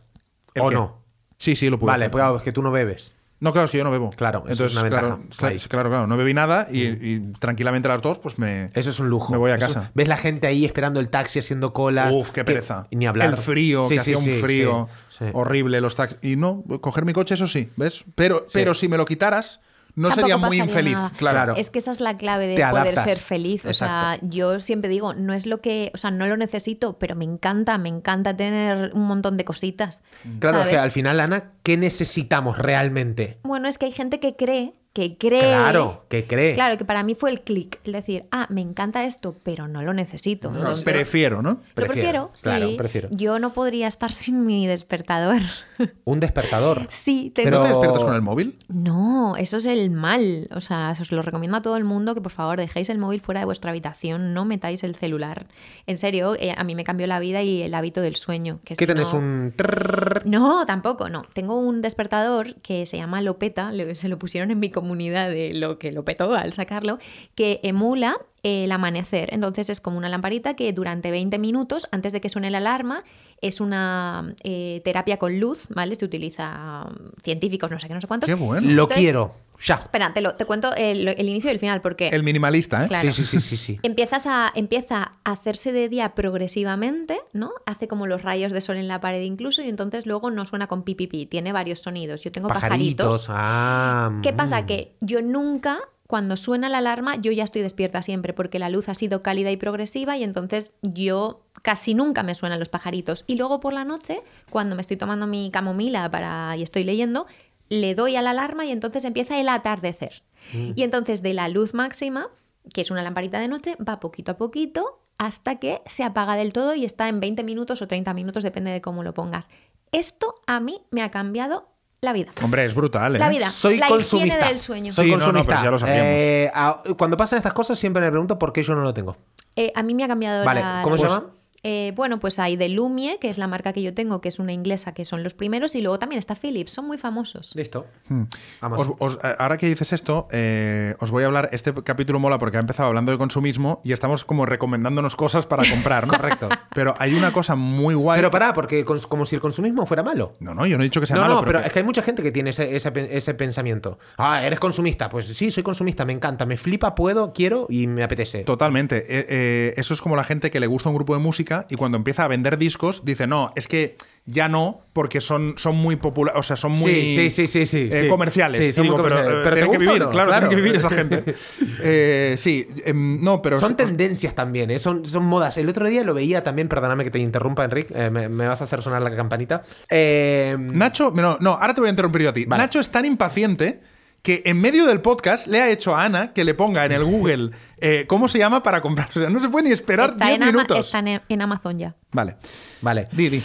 [SPEAKER 2] ¿El
[SPEAKER 3] ¿O
[SPEAKER 2] qué?
[SPEAKER 3] no?
[SPEAKER 2] Sí, sí, lo pude
[SPEAKER 3] vale,
[SPEAKER 2] hacer.
[SPEAKER 3] pues claro, es que tú no bebes.
[SPEAKER 2] No, claro, es que yo no bebo.
[SPEAKER 3] Claro, eso es una
[SPEAKER 2] claro,
[SPEAKER 3] ventaja.
[SPEAKER 2] Claro,
[SPEAKER 3] Ahí.
[SPEAKER 2] claro, claro, no bebí nada y, y tranquilamente a las dos, pues me...
[SPEAKER 3] Eso es un lujo.
[SPEAKER 2] Me voy a
[SPEAKER 3] Eso-
[SPEAKER 2] casa.
[SPEAKER 3] ves la gente ahí esperando el taxi, haciendo cola.
[SPEAKER 2] Uf, qué pereza.
[SPEAKER 3] Que- ni hablar.
[SPEAKER 2] El frío,
[SPEAKER 3] Sí,
[SPEAKER 2] que
[SPEAKER 3] sí,
[SPEAKER 2] hacía un
[SPEAKER 3] sí,
[SPEAKER 2] frío
[SPEAKER 3] sí, sí.
[SPEAKER 2] horrible, los taxis. Y no, coger mi coche, eso sí, ¿ves? Pero, pero si me lo quitaras, no
[SPEAKER 1] Tampoco
[SPEAKER 2] sería muy
[SPEAKER 1] pasaría
[SPEAKER 2] infeliz.
[SPEAKER 1] nada.
[SPEAKER 3] Claro.
[SPEAKER 2] Claro.
[SPEAKER 1] Es que esa es la clave de
[SPEAKER 3] Te
[SPEAKER 1] poder
[SPEAKER 3] adaptas.
[SPEAKER 1] ser feliz. O sea, yo siempre digo, no es lo que, o sea, no lo necesito, pero me encanta, me encanta tener un montón de cositas.
[SPEAKER 3] Claro, es
[SPEAKER 1] ¿sabes?
[SPEAKER 3] que al final, Ana, ¿qué necesitamos realmente?
[SPEAKER 1] Bueno, es que hay gente que cree, que cree.
[SPEAKER 3] Claro, que cree.
[SPEAKER 1] Claro, que para mí fue el clic, el decir, ah, me encanta esto, pero no lo necesito.
[SPEAKER 2] No,
[SPEAKER 1] Entonces-
[SPEAKER 2] prefiero, ¿no?
[SPEAKER 1] Lo prefiero,
[SPEAKER 3] Prefiero, claro,
[SPEAKER 1] sí.
[SPEAKER 3] prefiero.
[SPEAKER 1] Yo no podría estar sin mi despertador. <laughs>
[SPEAKER 3] Un despertador.
[SPEAKER 1] sí,
[SPEAKER 2] ¿No
[SPEAKER 1] tengo.
[SPEAKER 3] Pero-
[SPEAKER 2] te despiertas con el móvil?
[SPEAKER 1] No, eso es el mal. O sea, os lo recomiendo a todo el mundo que por favor dejéis el móvil fuera de vuestra habitación, no metáis el celular. En serio, eh, a mí me cambió la vida y el hábito del sueño. Que
[SPEAKER 3] ¿Qué
[SPEAKER 1] si
[SPEAKER 3] tenés?
[SPEAKER 1] no-
[SPEAKER 3] Un. trrrr?
[SPEAKER 1] No, tampoco, no. Tengo un despertador que se llama Lopeta, le- se lo pusieron en mi comunidad de lo que Lopetó al sacarlo, que emula el amanecer. Entonces es como una lamparita que durante 20 minutos, antes de que suene la alarma, es una eh, terapia con luz, ¿vale? Se utiliza mm, científicos, no sé qué, no sé cuántos.
[SPEAKER 2] Qué bueno.
[SPEAKER 3] Lo
[SPEAKER 1] Entonces-
[SPEAKER 3] quiero. Ya.
[SPEAKER 1] Espera, te, lo- te cuento el, el inicio y el final, porque
[SPEAKER 2] El minimalista, ¿eh?
[SPEAKER 1] Claro.
[SPEAKER 3] Sí, sí, sí,
[SPEAKER 1] <laughs>
[SPEAKER 3] sí, sí.
[SPEAKER 1] empiezas a, empieza a hacerse de día progresivamente, ¿no? Hace como los rayos de sol en la pared incluso, y entonces luego no suena con pipipi, tiene varios sonidos. Yo tengo pajaritos.
[SPEAKER 3] Pajaritos. Ah,
[SPEAKER 1] ¿Qué
[SPEAKER 3] mm.
[SPEAKER 1] pasa? Que yo nunca, cuando suena la alarma, yo ya estoy despierta siempre, porque la luz ha sido cálida y progresiva y entonces yo casi nunca me suenan los pajaritos. Y luego por la noche, cuando me estoy tomando mi camomila para y estoy leyendo, le doy a la alarma y entonces empieza el atardecer. Y entonces de la luz máxima, que es una lamparita de noche, va poquito a poquito hasta que se apaga del todo y está en 20 minutos o 30 minutos, depende de cómo lo pongas. Esto a mí me ha cambiado la vida.
[SPEAKER 2] Hombre, es brutal, ¿eh?
[SPEAKER 1] La vida.
[SPEAKER 3] Soy
[SPEAKER 1] higiene
[SPEAKER 3] consumista.
[SPEAKER 1] del sueño.
[SPEAKER 3] Soy
[SPEAKER 2] Sí, no, no,
[SPEAKER 3] consumista.
[SPEAKER 2] pero ya lo sabíamos.
[SPEAKER 3] Eh, a- cuando pasan estas cosas siempre me pregunto por qué yo no lo tengo.
[SPEAKER 1] Eh, a mí me ha cambiado
[SPEAKER 3] Vale,
[SPEAKER 1] la...
[SPEAKER 3] ¿cómo se
[SPEAKER 1] la-
[SPEAKER 3] llama?
[SPEAKER 1] Eh, bueno, pues hay de Lumie, que es la marca que yo tengo, que es una inglesa, que son los primeros, y luego también está Philips, son muy famosos.
[SPEAKER 3] Listo.
[SPEAKER 2] Hmm. Os-
[SPEAKER 3] Amazon.
[SPEAKER 2] os- eh, ahora que dices esto, eh, os voy a hablar. Este capítulo mola porque ha empezado hablando de consumismo y estamos como recomendándonos cosas para
[SPEAKER 3] <laughs>
[SPEAKER 2] comprar, ¿no? Correcto. Pero hay una cosa muy guay.
[SPEAKER 3] Pero pará, porque cons- como si el consumismo fuera malo.
[SPEAKER 2] No, no, yo no he dicho que sea
[SPEAKER 3] No,
[SPEAKER 2] malo.
[SPEAKER 3] no, pero
[SPEAKER 2] que-
[SPEAKER 3] es que hay mucha gente que tiene ese, ese pe- ese pensamiento. Ah, eres consumista. Pues sí, soy consumista, me encanta, me flipa, puedo, quiero y me apetece.
[SPEAKER 2] Totalmente. Eh, eh, eso es como la gente que le gusta un grupo de música y cuando empieza a vender discos dice, no, es que ya no, porque son, son muy populares, o sea, son
[SPEAKER 3] Sí,
[SPEAKER 2] muy
[SPEAKER 3] sí, sí, sí, sí,
[SPEAKER 2] eh,
[SPEAKER 3] sí.
[SPEAKER 2] comerciales.
[SPEAKER 3] Sí, son
[SPEAKER 2] Y
[SPEAKER 3] muy
[SPEAKER 2] digo,
[SPEAKER 3] comerciales.
[SPEAKER 2] eh,
[SPEAKER 3] ¿Pero te
[SPEAKER 2] tienen que
[SPEAKER 3] gusta o
[SPEAKER 2] vivir,
[SPEAKER 3] no?
[SPEAKER 2] claro,
[SPEAKER 3] Claro.
[SPEAKER 2] tienen que vivir esa gente. <laughs> Eh, sí, em, no, pero...
[SPEAKER 3] son tendencias también, ¿eh? son, son modas. El otro día lo veía también, perdóname que te interrumpa, Enric, eh, me, me vas a hacer sonar la campanita. Eh,
[SPEAKER 2] Nacho, no, no, ahora te voy a interrumpir yo a ti.
[SPEAKER 3] Vale.
[SPEAKER 2] Nacho es tan impaciente que en medio del podcast le ha hecho a Ana que le ponga en el Google eh, cómo se llama para comprar. O sea, no se puede ni esperar
[SPEAKER 1] Está,
[SPEAKER 2] 10
[SPEAKER 1] en, Ama-
[SPEAKER 2] minutos.
[SPEAKER 1] está en, en Amazon ya.
[SPEAKER 2] Vale.
[SPEAKER 3] Vale.
[SPEAKER 2] Di, di.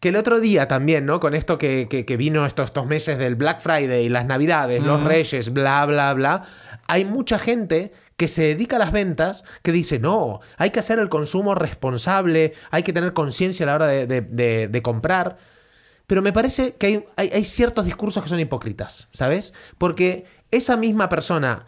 [SPEAKER 3] Que el otro día también, ¿no? Con esto que, que- que vino estos, estos meses del Black Friday, las Navidades, los Reyes, bla, bla, bla, hay mucha gente que se dedica a las ventas que dice, no, hay que hacer el consumo responsable, hay que tener conciencia a la hora de, de- de- de comprar. Pero me parece que hay, hay- hay ciertos discursos que son hipócritas, ¿sabes? Porque esa misma persona,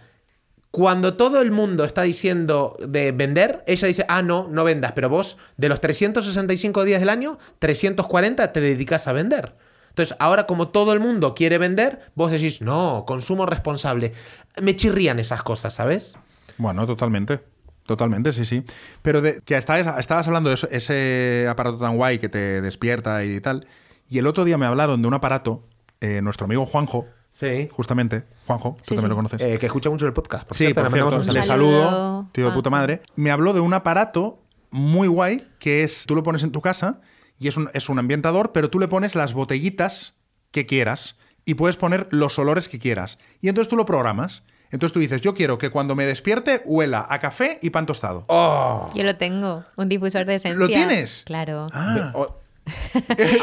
[SPEAKER 3] cuando todo el mundo está diciendo de vender, ella dice, ah, no, no vendas, pero vos de los 365 días del año, 340 te dedicas a vender. Entonces, ahora como todo el mundo quiere vender, vos decís, no, consumo responsable. Me chirrían esas cosas, ¿sabes?
[SPEAKER 2] Bueno, totalmente. Totalmente, sí, sí. Pero de, que estabas, estabas hablando de eso- ese aparato tan guay que te despierta y tal. Y el otro día me hablaron de un aparato, eh, nuestro amigo Juanjo,
[SPEAKER 3] Sí.
[SPEAKER 2] justamente. Juanjo, tú
[SPEAKER 1] Sí,
[SPEAKER 2] también
[SPEAKER 1] sí.
[SPEAKER 2] lo conoces.
[SPEAKER 3] Eh, que escucha mucho el podcast. Por
[SPEAKER 2] Pues sí,
[SPEAKER 3] cierto,
[SPEAKER 2] por
[SPEAKER 3] le mandamos
[SPEAKER 2] cierto,
[SPEAKER 3] un
[SPEAKER 2] le
[SPEAKER 3] saludo.
[SPEAKER 1] saludo.
[SPEAKER 2] saludo, tío de
[SPEAKER 1] Ah.
[SPEAKER 2] puta madre. Me habló de un aparato muy guay que es, tú lo pones en tu casa y es un, es un ambientador, pero tú le pones las botellitas que quieras y puedes poner los olores que quieras. Y entonces tú lo programas. Entonces tú dices, yo quiero que cuando me despierte huela a café y pan tostado.
[SPEAKER 3] Oh,
[SPEAKER 1] Yo lo tengo, un difusor de esencias.
[SPEAKER 2] ¿Lo tienes?
[SPEAKER 1] Claro.
[SPEAKER 2] Ah. <laughs>
[SPEAKER 3] Oh, Ah,
[SPEAKER 1] Es que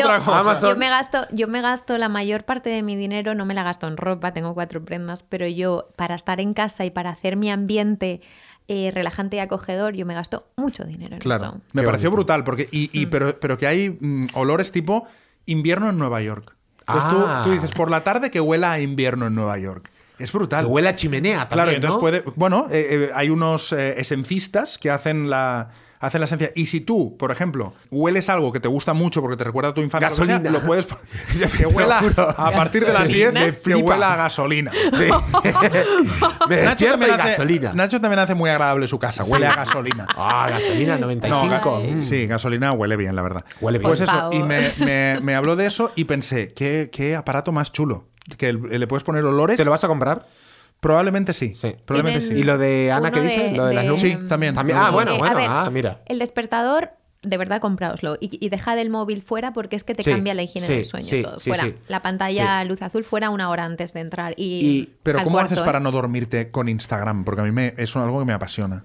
[SPEAKER 1] yo,
[SPEAKER 2] otra cosa.
[SPEAKER 3] Amazon.
[SPEAKER 1] yo me gasto, yo me gasto la mayor parte de mi dinero, no me la gasto en ropa, tengo cuatro prendas, pero yo para estar en casa y para hacer mi ambiente eh, relajante y acogedor, yo me gasto mucho dinero en
[SPEAKER 2] Claro.
[SPEAKER 1] eso.
[SPEAKER 2] Me
[SPEAKER 3] Qué
[SPEAKER 2] pareció
[SPEAKER 3] bonito.
[SPEAKER 2] brutal, porque, y, y- pero, pero que hay mm, olores tipo invierno en Nueva York. Entonces tú-
[SPEAKER 3] Ah.
[SPEAKER 2] tú, dices, por la tarde que huela a invierno en Nueva York. Es
[SPEAKER 3] que
[SPEAKER 2] brutal.
[SPEAKER 3] huele a chimenea
[SPEAKER 2] Claro,
[SPEAKER 3] también,
[SPEAKER 2] entonces
[SPEAKER 3] ¿no? <laughs>
[SPEAKER 2] puede. Bueno, eh, eh, hay unos eh, esencistas que hacen la. Hacen la esencia. Y si tú, por ejemplo, hueles algo que te gusta mucho porque te recuerda a tu infancia, lo que sea,
[SPEAKER 3] Gasolina. <laughs>
[SPEAKER 2] lo puedes. <laughs> Que huela
[SPEAKER 3] juro.
[SPEAKER 2] a partir de las 10,
[SPEAKER 1] Gasolina.
[SPEAKER 2] que
[SPEAKER 3] Flipa.
[SPEAKER 2] huela
[SPEAKER 3] <laughs>
[SPEAKER 2] a gasolina.
[SPEAKER 3] Me despierto
[SPEAKER 2] Nacho
[SPEAKER 3] y
[SPEAKER 2] también, hace,
[SPEAKER 3] gasolina.
[SPEAKER 2] Nacho también hace muy agradable su casa. Huele a gasolina.
[SPEAKER 3] Ah, gasolina 95.
[SPEAKER 2] ga-
[SPEAKER 3] Mm.
[SPEAKER 2] Sí, gasolina huele bien, la verdad.
[SPEAKER 3] Huele bien.
[SPEAKER 2] Pues
[SPEAKER 1] Por
[SPEAKER 2] eso,
[SPEAKER 1] favor.
[SPEAKER 2] y me, me- me habló de eso y pensé, ¿qué, qué aparato más chulo? Que el- le puedes poner olores.
[SPEAKER 3] ¿Te lo vas a comprar?
[SPEAKER 2] Probablemente sí.
[SPEAKER 3] Sí.
[SPEAKER 2] Probablemente
[SPEAKER 1] Tienen
[SPEAKER 2] sí.
[SPEAKER 3] ¿Y lo de Ana
[SPEAKER 1] uno
[SPEAKER 3] que dice? ¿Lo de las luces?
[SPEAKER 2] Sí, también. También.
[SPEAKER 3] Ah, bueno,
[SPEAKER 1] eh, a
[SPEAKER 3] bueno,
[SPEAKER 1] ver,
[SPEAKER 3] ah, mira.
[SPEAKER 1] El despertador, de verdad, compráoslo. Y, y dejad el móvil fuera porque es que te
[SPEAKER 3] Sí,
[SPEAKER 1] cambia la higiene
[SPEAKER 3] sí,
[SPEAKER 1] del sueño.
[SPEAKER 3] sí,
[SPEAKER 1] todo.
[SPEAKER 3] sí,
[SPEAKER 1] fuera.
[SPEAKER 3] sí.
[SPEAKER 1] La pantalla luz azul fuera una hora antes de entrar. Y,
[SPEAKER 3] Y-
[SPEAKER 2] Pero
[SPEAKER 1] al
[SPEAKER 2] ¿cómo
[SPEAKER 1] cuarto,
[SPEAKER 2] haces
[SPEAKER 1] ¿eh?
[SPEAKER 2] para no dormirte con Instagram? Porque a mí me, es algo que me apasiona.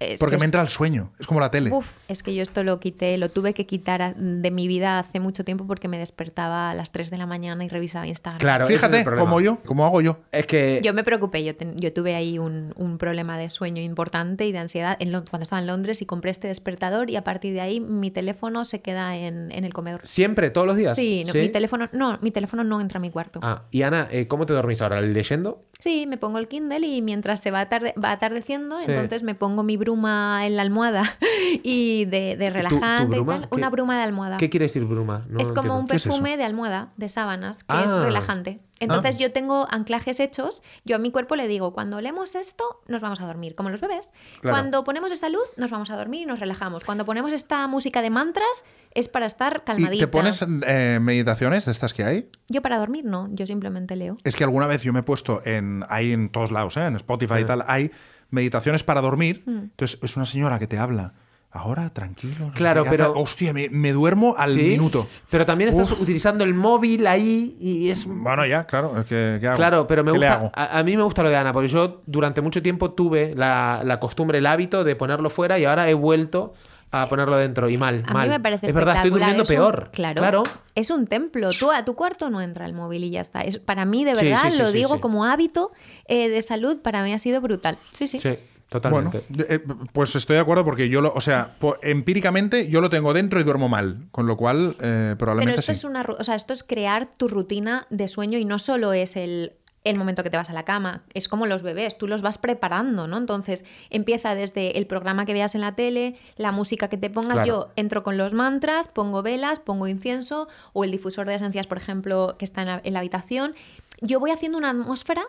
[SPEAKER 1] Es
[SPEAKER 2] Porque
[SPEAKER 1] que
[SPEAKER 2] me
[SPEAKER 1] es-
[SPEAKER 2] entra el sueño. Es como la tele.
[SPEAKER 1] Uf, es que yo esto lo quité, lo tuve que quitar a- de mi vida hace mucho tiempo porque me despertaba a las 3 de la mañana y revisaba Instagram.
[SPEAKER 3] Claro, ese es el
[SPEAKER 2] Fíjate,
[SPEAKER 3] problema.
[SPEAKER 2] como yo, como hago yo.
[SPEAKER 3] Es que.
[SPEAKER 1] Yo me preocupé, yo, ten- yo tuve ahí un, un problema de sueño importante y de ansiedad en Lon- cuando estaba en Londres y compré este despertador y a partir de ahí mi teléfono se queda en, en el comedor.
[SPEAKER 3] Siempre, todos los días.
[SPEAKER 1] Sí, no, mi teléfono no, mi teléfono no entra a mi cuarto.
[SPEAKER 3] Ah, y Ana, eh, ¿cómo te dormís ahora? ¿Leyendo?
[SPEAKER 1] Sí, me pongo el Kindle y mientras se va, atarde- va atardeciendo,
[SPEAKER 3] Sí.
[SPEAKER 1] entonces me pongo mi bruma en la almohada <laughs> y de, de
[SPEAKER 3] ¿Tu- tu
[SPEAKER 1] relajante y
[SPEAKER 3] bruma?
[SPEAKER 1] tal,
[SPEAKER 3] ¿Qué-
[SPEAKER 1] una bruma de almohada.
[SPEAKER 3] ¿Qué quiere decir bruma? No
[SPEAKER 1] es como
[SPEAKER 3] entiendo.
[SPEAKER 1] un
[SPEAKER 3] ¿Qué es eso?
[SPEAKER 1] perfume de almohada, de sábanas, que es
[SPEAKER 3] Ah.
[SPEAKER 1] relajante. Entonces yo tengo anclajes hechos, yo a mi cuerpo le digo, cuando olemos esto, nos vamos a dormir, como los bebés.
[SPEAKER 3] Claro.
[SPEAKER 1] Cuando ponemos esta luz, nos vamos a dormir y nos relajamos. Cuando ponemos esta música de mantras, es para estar calmadita.
[SPEAKER 2] ¿Y te pones eh, meditaciones de estas que hay?
[SPEAKER 1] Yo para dormir no, yo simplemente leo.
[SPEAKER 2] Es que alguna vez yo me he puesto en. Hay en todos lados, ¿eh? en Spotify y tal, hay meditaciones para dormir.
[SPEAKER 1] Mm.
[SPEAKER 2] Entonces es una señora que te habla. Ahora, tranquilo. no sé
[SPEAKER 3] Claro,
[SPEAKER 2] qué, hace-
[SPEAKER 3] pero-
[SPEAKER 2] Hostia, me, me duermo al
[SPEAKER 3] Sí,
[SPEAKER 2] minuto.
[SPEAKER 3] Pero también estás
[SPEAKER 2] Uf.
[SPEAKER 3] utilizando el móvil ahí y es.
[SPEAKER 2] Bueno, ya, claro. es que- ¿qué hago?
[SPEAKER 3] Claro, pero me
[SPEAKER 2] ¿Qué le
[SPEAKER 3] gusta.
[SPEAKER 2] hago?
[SPEAKER 3] A, a mí me gusta lo de Ana, porque yo durante mucho tiempo tuve la, la costumbre, el hábito de ponerlo fuera y ahora he vuelto a ponerlo dentro. Y mal,
[SPEAKER 1] A
[SPEAKER 3] mal.
[SPEAKER 1] mí me parece
[SPEAKER 3] Es verdad, estoy
[SPEAKER 1] espectacular,
[SPEAKER 3] durmiendo
[SPEAKER 1] es un-
[SPEAKER 3] peor.
[SPEAKER 1] claro,
[SPEAKER 3] claro.
[SPEAKER 1] Es un templo. Tú a tu cuarto no entra el móvil y ya está. Es, para mí, de
[SPEAKER 3] Sí,
[SPEAKER 1] verdad,
[SPEAKER 3] sí, sí,
[SPEAKER 1] lo
[SPEAKER 3] sí,
[SPEAKER 1] digo
[SPEAKER 3] sí.
[SPEAKER 1] como hábito eh, de salud, para mí ha sido brutal. Sí, sí.
[SPEAKER 3] Sí. Totalmente.
[SPEAKER 2] Bueno, eh, pues estoy de acuerdo porque yo lo, o sea, po- empíricamente yo lo tengo dentro y duermo mal, con lo cual eh,
[SPEAKER 1] Pero
[SPEAKER 2] probablemente
[SPEAKER 1] esto
[SPEAKER 2] sí.
[SPEAKER 1] es una, ru- o sea, esto es crear tu rutina de sueño y no solo es el el momento que te vas a la cama, es como los bebés, tú los vas preparando, ¿no? Entonces empieza desde el programa que veas en la tele, la música que te pongas,
[SPEAKER 3] Claro.
[SPEAKER 1] yo entro con los mantras, pongo velas, pongo incienso o el difusor de esencias, por ejemplo, que está en la, en la habitación. Yo voy haciendo una atmósfera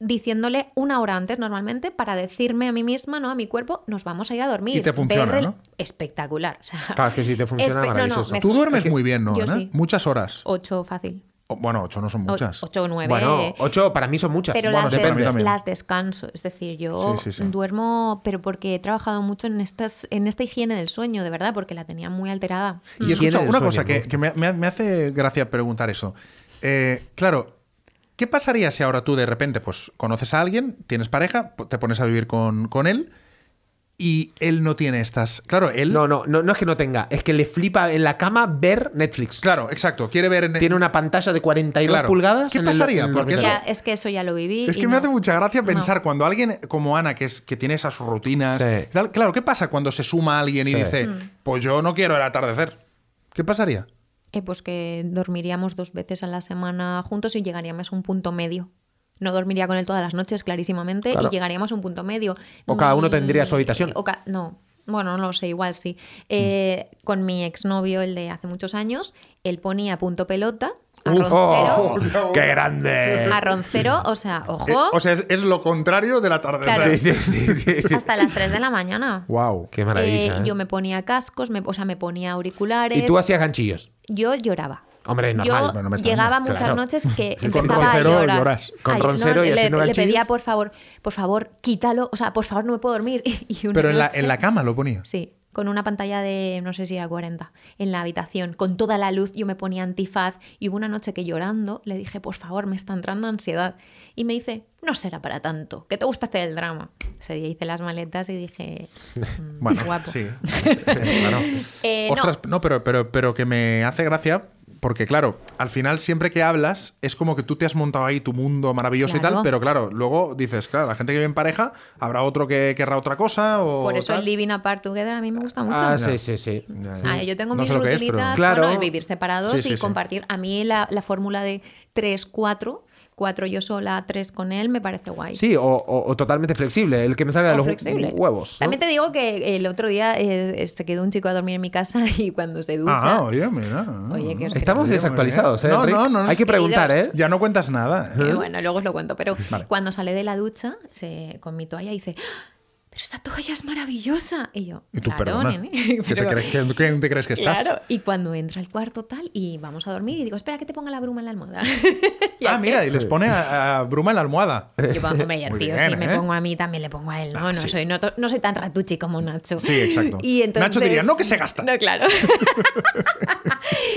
[SPEAKER 1] diciéndole una hora antes normalmente para decirme a mí misma, ¿no? A mi cuerpo, nos vamos a ir a dormir.
[SPEAKER 2] Y te funciona,
[SPEAKER 1] Ver rel-
[SPEAKER 2] ¿no?
[SPEAKER 1] Espectacular. o sea,
[SPEAKER 3] Claro, es que si te funciona,
[SPEAKER 1] espe- no, no,
[SPEAKER 3] maravilloso.
[SPEAKER 1] me
[SPEAKER 2] Tú duermes
[SPEAKER 1] es que-
[SPEAKER 2] muy bien, ¿no?
[SPEAKER 1] Yo
[SPEAKER 2] Ana?
[SPEAKER 1] sí.
[SPEAKER 2] Muchas horas.
[SPEAKER 1] Ocho fácil.
[SPEAKER 2] O- bueno, ocho no son
[SPEAKER 1] O-
[SPEAKER 2] muchas.
[SPEAKER 1] Ocho o nueve.
[SPEAKER 3] Bueno, ocho para mí son muchas.
[SPEAKER 1] pero
[SPEAKER 3] bueno,
[SPEAKER 1] las,
[SPEAKER 2] depende
[SPEAKER 1] des-
[SPEAKER 2] también.
[SPEAKER 1] las descanso. Es decir, yo
[SPEAKER 2] Sí, sí, sí.
[SPEAKER 1] duermo, pero porque he trabajado mucho en, estas, en esta higiene del sueño, de verdad, porque la tenía muy alterada.
[SPEAKER 2] Y
[SPEAKER 3] Higiene
[SPEAKER 2] escucha,
[SPEAKER 3] del
[SPEAKER 2] una
[SPEAKER 3] sueño,
[SPEAKER 2] cosa
[SPEAKER 3] me
[SPEAKER 2] que,
[SPEAKER 3] gusta.
[SPEAKER 2] que me, me- me hace gracia preguntar eso. Eh, claro, ¿qué pasaría si ahora tú de repente pues, conoces a alguien, tienes pareja, po- te pones a vivir con, con él y él no tiene estas... Claro, él...
[SPEAKER 3] No, no, no, no es que no tenga, es que le flipa en la cama ver Netflix.
[SPEAKER 2] Claro, exacto. Quiere ver... en-
[SPEAKER 3] Tiene una pantalla de 42
[SPEAKER 2] Claro.
[SPEAKER 3] pulgadas.
[SPEAKER 2] ¿Qué
[SPEAKER 3] en el-
[SPEAKER 2] pasaría?
[SPEAKER 3] en el
[SPEAKER 2] Porque eso-
[SPEAKER 3] ordenador.
[SPEAKER 1] Ya, es que eso ya lo viví.
[SPEAKER 2] Es
[SPEAKER 1] y
[SPEAKER 2] que me
[SPEAKER 1] no.
[SPEAKER 2] hace mucha gracia
[SPEAKER 1] No.
[SPEAKER 2] pensar cuando alguien como Ana, que, es, que tiene esas rutinas...
[SPEAKER 3] Sí.
[SPEAKER 2] y tal, claro, ¿qué pasa cuando se suma alguien y
[SPEAKER 3] Sí.
[SPEAKER 2] dice,
[SPEAKER 1] Mm.
[SPEAKER 2] pues yo no quiero el atardecer? ¿Qué pasaría?
[SPEAKER 1] Eh, pues que dormiríamos dos veces a la semana juntos y llegaríamos a un punto medio. No dormiría con él todas las noches, clarísimamente,
[SPEAKER 3] Claro.
[SPEAKER 1] y llegaríamos a un punto medio.
[SPEAKER 3] O cada uno tendría su habitación.
[SPEAKER 1] o ca- no, bueno, no lo sé, igual sí. Eh,
[SPEAKER 3] Mm.
[SPEAKER 1] Con mi exnovio, el de hace muchos años, él ponía punto pelota a
[SPEAKER 3] Uh, <laughs>
[SPEAKER 1] roncero.
[SPEAKER 3] oh, ¡Qué grande!
[SPEAKER 1] a roncero, o sea, ojo,
[SPEAKER 2] Eh, o sea, es, es lo contrario del atardecer.
[SPEAKER 1] Claro.
[SPEAKER 3] Sí, sí, sí, sí, sí.
[SPEAKER 1] hasta las 3 de la mañana.
[SPEAKER 2] Wow.
[SPEAKER 3] Qué maravilla.
[SPEAKER 1] Eh,
[SPEAKER 3] ¿eh?
[SPEAKER 1] Yo me ponía cascos, me, o sea, me ponía auriculares.
[SPEAKER 3] Y tú hacías ganchillos.
[SPEAKER 1] Yo lloraba.
[SPEAKER 3] Hombre,
[SPEAKER 1] yo
[SPEAKER 3] normal.
[SPEAKER 2] bueno, me extraña,
[SPEAKER 1] llegaba muchas
[SPEAKER 3] claro.
[SPEAKER 1] noches que
[SPEAKER 2] Sí, con
[SPEAKER 1] empezaba
[SPEAKER 2] roncero
[SPEAKER 1] a llorar.
[SPEAKER 2] lloras.
[SPEAKER 3] Con
[SPEAKER 1] Ay,
[SPEAKER 3] roncero y
[SPEAKER 1] le-
[SPEAKER 3] haciendo
[SPEAKER 1] le,
[SPEAKER 3] ganchillo.
[SPEAKER 1] pedía por favor, por favor, quítalo, o sea, por favor, no me puedo dormir. <laughs> Y una
[SPEAKER 2] Pero en la,
[SPEAKER 1] noche-
[SPEAKER 2] en la cama lo ponía.
[SPEAKER 1] Sí, con una pantalla de no sé si era 40 en la habitación, con toda la luz, yo me ponía antifaz y hubo una noche que llorando le dije, "Por favor, me está entrando ansiedad." Y me dice, "No será para tanto, que te gusta hacer el drama." Ese día hice las maletas y dije, mm,
[SPEAKER 2] <laughs> Bueno,
[SPEAKER 1] guapo. <laughs>
[SPEAKER 2] sí. Claro.
[SPEAKER 1] Eh, no.
[SPEAKER 2] Ostras, no, pero, pero, pero que me hace gracia porque, claro, al final siempre que hablas es como que tú te has montado ahí tu mundo maravilloso y tal,
[SPEAKER 1] Claro.
[SPEAKER 2] pero claro, luego dices, claro, la gente que vive en pareja habrá otro que querrá otra cosa o
[SPEAKER 1] Por eso
[SPEAKER 2] tal.
[SPEAKER 1] el Living Apart Together a mí me gusta mucho.
[SPEAKER 3] Ah, sí, sí, sí.
[SPEAKER 1] Ah, yo tengo
[SPEAKER 2] No
[SPEAKER 1] mis
[SPEAKER 2] sé lo que es,
[SPEAKER 1] rutinitas,
[SPEAKER 2] pero-
[SPEAKER 3] Claro.
[SPEAKER 1] bueno, el vivir separados
[SPEAKER 2] Sí, sí,
[SPEAKER 1] y
[SPEAKER 2] sí.
[SPEAKER 1] compartir. A mí la, la fórmula de 3, 4, 4 yo sola, 3 con él, me parece guay.
[SPEAKER 3] Sí, o, o- o totalmente flexible, el que me salga de
[SPEAKER 1] O
[SPEAKER 3] los
[SPEAKER 1] flexible.
[SPEAKER 3] huevos. ¿no?
[SPEAKER 1] También te digo que el otro día eh, eh, se quedó un chico a dormir en mi casa <laughs> y cuando se ducha...
[SPEAKER 2] Ah, oye, mira.
[SPEAKER 1] Oye, que os
[SPEAKER 3] Estamos
[SPEAKER 2] Oye,
[SPEAKER 3] desactualizados,
[SPEAKER 2] muy
[SPEAKER 3] ¿eh?
[SPEAKER 2] bien. No,
[SPEAKER 3] Enric?
[SPEAKER 2] no, no, no
[SPEAKER 3] Hay que
[SPEAKER 2] sé.
[SPEAKER 3] preguntar, ¿eh?
[SPEAKER 1] Queridos.
[SPEAKER 2] Ya no cuentas nada. ¿eh?
[SPEAKER 1] Eh, bueno, luego os lo cuento, pero
[SPEAKER 2] Vale.
[SPEAKER 1] cuando sale de la ducha se, con mi toalla dice, "¡Ah! pero esta toalla es maravillosa. Y yo,
[SPEAKER 2] Y tú,
[SPEAKER 1] "Claro,
[SPEAKER 2] perdona.
[SPEAKER 1] nene".
[SPEAKER 2] ¿qué te
[SPEAKER 1] Pero-
[SPEAKER 2] crees que- ¿Quién te crees que estás?
[SPEAKER 1] Claro, y cuando entra al cuarto tal y vamos a dormir y digo, espera que te ponga la bruma en la almohada. <laughs> Y
[SPEAKER 2] Ah,
[SPEAKER 1] aquel,
[SPEAKER 2] mira, y les pone a, a Bruma en la almohada.
[SPEAKER 1] Yo pongo, hombre, y el
[SPEAKER 2] <laughs> Muy
[SPEAKER 1] tío,
[SPEAKER 2] bien,
[SPEAKER 1] si
[SPEAKER 2] ¿eh?
[SPEAKER 1] me pongo a mí, también le pongo a él, ¿no?
[SPEAKER 2] Ah,
[SPEAKER 1] no,
[SPEAKER 2] sí.
[SPEAKER 1] soy, no, to- no soy tan ratuchi como Nacho.
[SPEAKER 2] Sí, exacto.
[SPEAKER 1] <laughs> Y entonces-
[SPEAKER 2] Nacho diría, "No, que se gasta".
[SPEAKER 1] No, claro.
[SPEAKER 2] <laughs>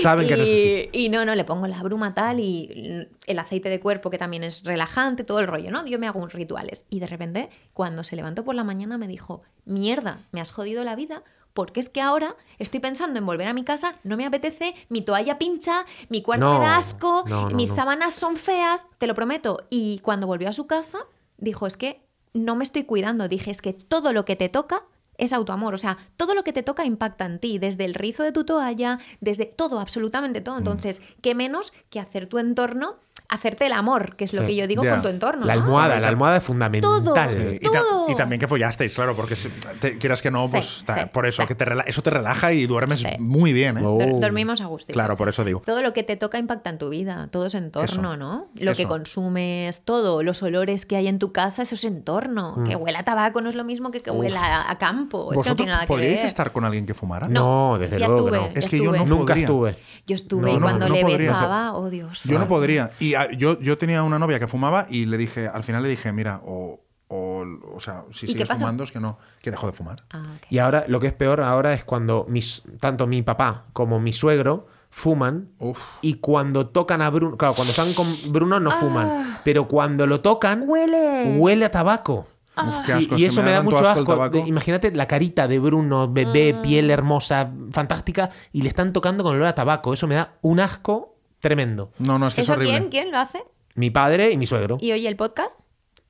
[SPEAKER 3] Saben que necesitan.
[SPEAKER 1] y, y no, no, le pongo la bruma tal y mm, el aceite de cuerpo que también es relajante, todo el rollo, ¿no? Yo me hago unos rituales. Y de repente, cuando se levantó por la mañana, me dijo, mierda, me has jodido la vida. Porque es que ahora estoy pensando en volver a mi casa, no me apetece, mi toalla pincha, mi cuarto
[SPEAKER 3] No,
[SPEAKER 1] me da asco,
[SPEAKER 3] no, no,
[SPEAKER 1] mis
[SPEAKER 3] no.
[SPEAKER 1] sábanas son feas, te lo prometo. Y cuando volvió a su casa, dijo, es que no me estoy cuidando. Dije, es que todo lo que te toca es autoamor. O sea, todo lo que te toca impacta en ti, desde el rizo de tu toalla, desde todo, absolutamente
[SPEAKER 3] Mm.
[SPEAKER 1] todo. Entonces, ¿qué menos que hacer tu entorno, hacerte el amor, que es lo
[SPEAKER 3] Sí,
[SPEAKER 1] que yo digo
[SPEAKER 2] ya.
[SPEAKER 1] con tu entorno?
[SPEAKER 3] La
[SPEAKER 1] ¿no?
[SPEAKER 3] almohada, la almohada es fundamental.
[SPEAKER 1] Todo.
[SPEAKER 2] Sí,
[SPEAKER 1] Sí.
[SPEAKER 2] Eh, y, ta-
[SPEAKER 1] Todo.
[SPEAKER 2] y también que follasteis, claro, porque si te- quieras que no,
[SPEAKER 1] Sí,
[SPEAKER 2] pues ta-
[SPEAKER 1] sí,
[SPEAKER 2] por eso,
[SPEAKER 1] sí.
[SPEAKER 2] que te rela- eso te relaja y duermes
[SPEAKER 1] Sí.
[SPEAKER 2] muy bien, ¿eh?
[SPEAKER 3] Wow.
[SPEAKER 1] Dor-
[SPEAKER 3] Oh.
[SPEAKER 1] Dormimos a gusto.
[SPEAKER 2] Claro, por eso digo.
[SPEAKER 1] Todo lo que te toca impacta en tu vida, todo es entorno,
[SPEAKER 2] Eso,
[SPEAKER 1] ¿no? Lo
[SPEAKER 2] eso.
[SPEAKER 1] que consumes, todo, los olores que hay en tu casa, eso es entorno. Que huela a tabaco no es lo mismo que que huela a- a campo. Es Pues que no
[SPEAKER 2] Mm. ¿Vosotros
[SPEAKER 1] tiene nada que
[SPEAKER 2] podríais
[SPEAKER 1] ver.
[SPEAKER 2] estar con alguien que fumara?
[SPEAKER 3] No, desde
[SPEAKER 1] ya
[SPEAKER 3] luego que
[SPEAKER 1] estuve,
[SPEAKER 3] no.
[SPEAKER 1] ya
[SPEAKER 2] Es que yo
[SPEAKER 1] estuve.
[SPEAKER 2] no
[SPEAKER 3] Nunca
[SPEAKER 2] podría.
[SPEAKER 3] estuve.
[SPEAKER 1] Yo estuve
[SPEAKER 3] No,
[SPEAKER 1] y
[SPEAKER 3] no,
[SPEAKER 1] cuando
[SPEAKER 2] no
[SPEAKER 1] le
[SPEAKER 2] podría.
[SPEAKER 1] besaba, oh Dios.
[SPEAKER 2] Yo no podría. Y ah, yo, yo tenía una novia que fumaba y le dije, al final le dije, mira, o, o, o sea, si
[SPEAKER 1] ¿Y qué
[SPEAKER 2] sigues
[SPEAKER 1] pasó?
[SPEAKER 2] fumando es que no, que dejo de fumar.
[SPEAKER 1] Ah, ok.
[SPEAKER 3] Y ahora, lo que es peor ahora es cuando mis, tanto mi papá como mi suegro fuman
[SPEAKER 2] Uf.
[SPEAKER 3] y cuando tocan a Bruno, claro, cuando están con Bruno no fuman, pero cuando lo tocan
[SPEAKER 1] Ah. Huele.
[SPEAKER 3] huele a tabaco.
[SPEAKER 1] Ah.
[SPEAKER 2] Uf, qué
[SPEAKER 3] Y- y,
[SPEAKER 2] asco, es que
[SPEAKER 3] eso me da,
[SPEAKER 2] tanto
[SPEAKER 3] mucho
[SPEAKER 2] el
[SPEAKER 3] asco.
[SPEAKER 2] tabaco.
[SPEAKER 3] De- imagínate la carita de Bruno, bebé,
[SPEAKER 1] Ah.
[SPEAKER 3] piel hermosa, fantástica, y le están tocando con olor a tabaco. Eso me da un asco tremendo.
[SPEAKER 2] No, no, es que es
[SPEAKER 1] ¿Eso
[SPEAKER 2] horrible.
[SPEAKER 1] quién? ¿Quién lo hace?
[SPEAKER 3] Mi padre y mi suegro.
[SPEAKER 1] ¿Y oye el podcast?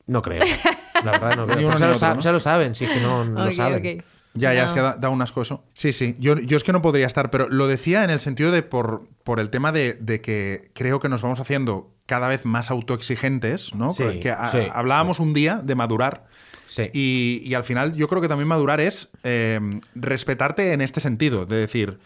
[SPEAKER 3] No creo. La verdad,
[SPEAKER 2] <laughs>
[SPEAKER 3] no creo.
[SPEAKER 2] Ni uno
[SPEAKER 3] Pero ya,
[SPEAKER 2] ni
[SPEAKER 3] lo
[SPEAKER 2] otro,
[SPEAKER 3] sa-
[SPEAKER 2] ¿no?
[SPEAKER 3] ya lo saben, si es que no, no lo
[SPEAKER 1] Ok,
[SPEAKER 3] saben.
[SPEAKER 1] ok.
[SPEAKER 2] Ya, ya,
[SPEAKER 1] No.
[SPEAKER 2] es que da, da un asco eso. Sí, sí, yo, yo es que no podría estar, pero lo decía en el sentido de por, por el tema de, de que creo que nos vamos haciendo cada vez más autoexigentes, ¿no?
[SPEAKER 3] Sí,
[SPEAKER 2] que a-
[SPEAKER 3] sí,
[SPEAKER 2] hablábamos un día de madurar.
[SPEAKER 3] Sí.
[SPEAKER 2] Y, y al final yo creo que también madurar es eh, respetarte en este sentido, de decir,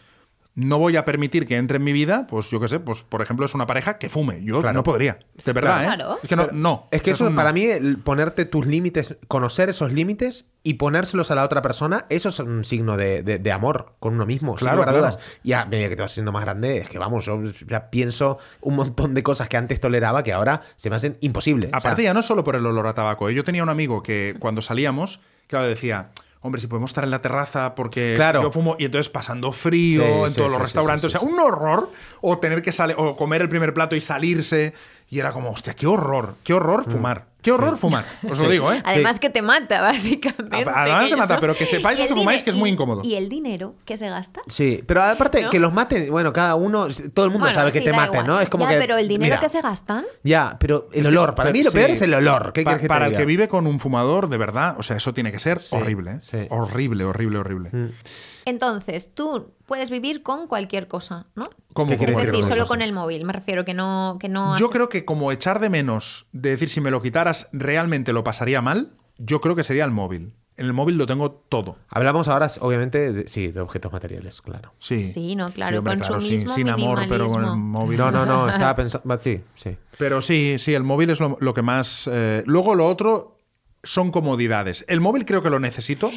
[SPEAKER 2] no voy a permitir que entre en mi vida, pues yo qué sé, pues por ejemplo es una pareja que fume, yo no podría, de verdad,
[SPEAKER 1] Claro.
[SPEAKER 2] ¿eh?
[SPEAKER 1] Claro.
[SPEAKER 2] Es que no, no.
[SPEAKER 3] Es que
[SPEAKER 2] O
[SPEAKER 3] eso
[SPEAKER 2] sea, un no.
[SPEAKER 3] para mí, el ponerte tus límites, conocer esos límites y ponérselos a la otra persona, eso es un signo de, de- de amor con uno mismo. sin
[SPEAKER 2] Claro,
[SPEAKER 3] lugar a
[SPEAKER 2] claro.
[SPEAKER 3] dudas. Y a medida que te vas siendo más grande, es que vamos, yo ya pienso un montón de cosas que antes toleraba que ahora se me hacen imposibles. O sea,
[SPEAKER 2] Aparte, ya no solo por el olor a tabaco. ¿eh? Yo tenía un
[SPEAKER 3] <laughs>
[SPEAKER 2] amigo que cuando salíamos, claro, decía, hombre, si podemos estar en la terraza porque
[SPEAKER 3] Claro.
[SPEAKER 2] yo fumo. Y entonces pasando frío
[SPEAKER 3] Sí,
[SPEAKER 2] en
[SPEAKER 3] sí,
[SPEAKER 2] todos
[SPEAKER 3] sí,
[SPEAKER 2] los
[SPEAKER 3] sí,
[SPEAKER 2] restaurantes.
[SPEAKER 3] sí, sí,
[SPEAKER 2] o sea, un horror. O tener que salir, o comer el primer plato y salirse. Y era como, hostia, qué horror, qué horror
[SPEAKER 3] Mm.
[SPEAKER 2] fumar. Qué
[SPEAKER 3] <laughs>
[SPEAKER 2] horror fumar. Os lo digo, ¿eh?
[SPEAKER 1] Además que te mata, <laughs> básicamente.
[SPEAKER 2] A- además
[SPEAKER 1] que
[SPEAKER 2] te
[SPEAKER 1] yo
[SPEAKER 2] mata,
[SPEAKER 1] sé-
[SPEAKER 2] pero que sepáis
[SPEAKER 1] Y
[SPEAKER 2] lo que
[SPEAKER 1] el
[SPEAKER 2] fumáis,
[SPEAKER 1] dine-
[SPEAKER 2] que es muy
[SPEAKER 1] y-
[SPEAKER 2] incómodo.
[SPEAKER 1] Y el dinero que se gasta.
[SPEAKER 3] Sí, pero aparte
[SPEAKER 1] ¿No?
[SPEAKER 3] que los maten, bueno, cada uno, todo el mundo
[SPEAKER 1] Bueno,
[SPEAKER 3] sabe que
[SPEAKER 1] sí,
[SPEAKER 3] te
[SPEAKER 1] da
[SPEAKER 3] maten,
[SPEAKER 1] igual.
[SPEAKER 3] ¿no? Es como
[SPEAKER 1] Ya,
[SPEAKER 3] que.
[SPEAKER 1] pero el dinero
[SPEAKER 3] mira,
[SPEAKER 1] que se gastan.
[SPEAKER 3] Ya, pero el
[SPEAKER 2] Es
[SPEAKER 3] olor. para
[SPEAKER 2] pero-
[SPEAKER 3] mí lo peor
[SPEAKER 2] sí.
[SPEAKER 3] es el olor. ¿Qué
[SPEAKER 2] Pa-
[SPEAKER 3] quieres que te
[SPEAKER 2] para el
[SPEAKER 3] diga?
[SPEAKER 2] que vive con un fumador, de verdad, o sea, eso tiene que ser horrible. ¿eh?
[SPEAKER 3] sí. Mm.
[SPEAKER 2] Horrible, horrible, horrible.
[SPEAKER 1] Entonces, tú puedes vivir con cualquier cosa, ¿no?
[SPEAKER 2] ¿Cómo,
[SPEAKER 3] ¿Qué
[SPEAKER 2] cómo
[SPEAKER 3] quieres
[SPEAKER 1] Es
[SPEAKER 3] Cualquier
[SPEAKER 1] decir,
[SPEAKER 3] cosa,
[SPEAKER 1] solo
[SPEAKER 3] sí.
[SPEAKER 1] con el móvil. Me refiero que no... Que no
[SPEAKER 2] Yo creo que como echar de menos de decir si me lo quitaras realmente lo pasaría mal, yo creo que sería el móvil. En el móvil lo tengo todo.
[SPEAKER 3] Hablamos ahora, obviamente, de- sí, de objetos materiales, claro.
[SPEAKER 2] Sí,
[SPEAKER 1] Sí, no, claro,
[SPEAKER 2] hombre, sin-
[SPEAKER 1] consumismo,
[SPEAKER 2] sin, amor, pero con el
[SPEAKER 1] minimalismo.
[SPEAKER 2] móvil.
[SPEAKER 3] No, no,
[SPEAKER 2] <laughs>
[SPEAKER 3] no, estaba pensando. Sí, sí.
[SPEAKER 2] Pero sí, sí, el móvil es lo, lo que más... eh, Luego lo otro son comodidades. El móvil creo que lo necesito.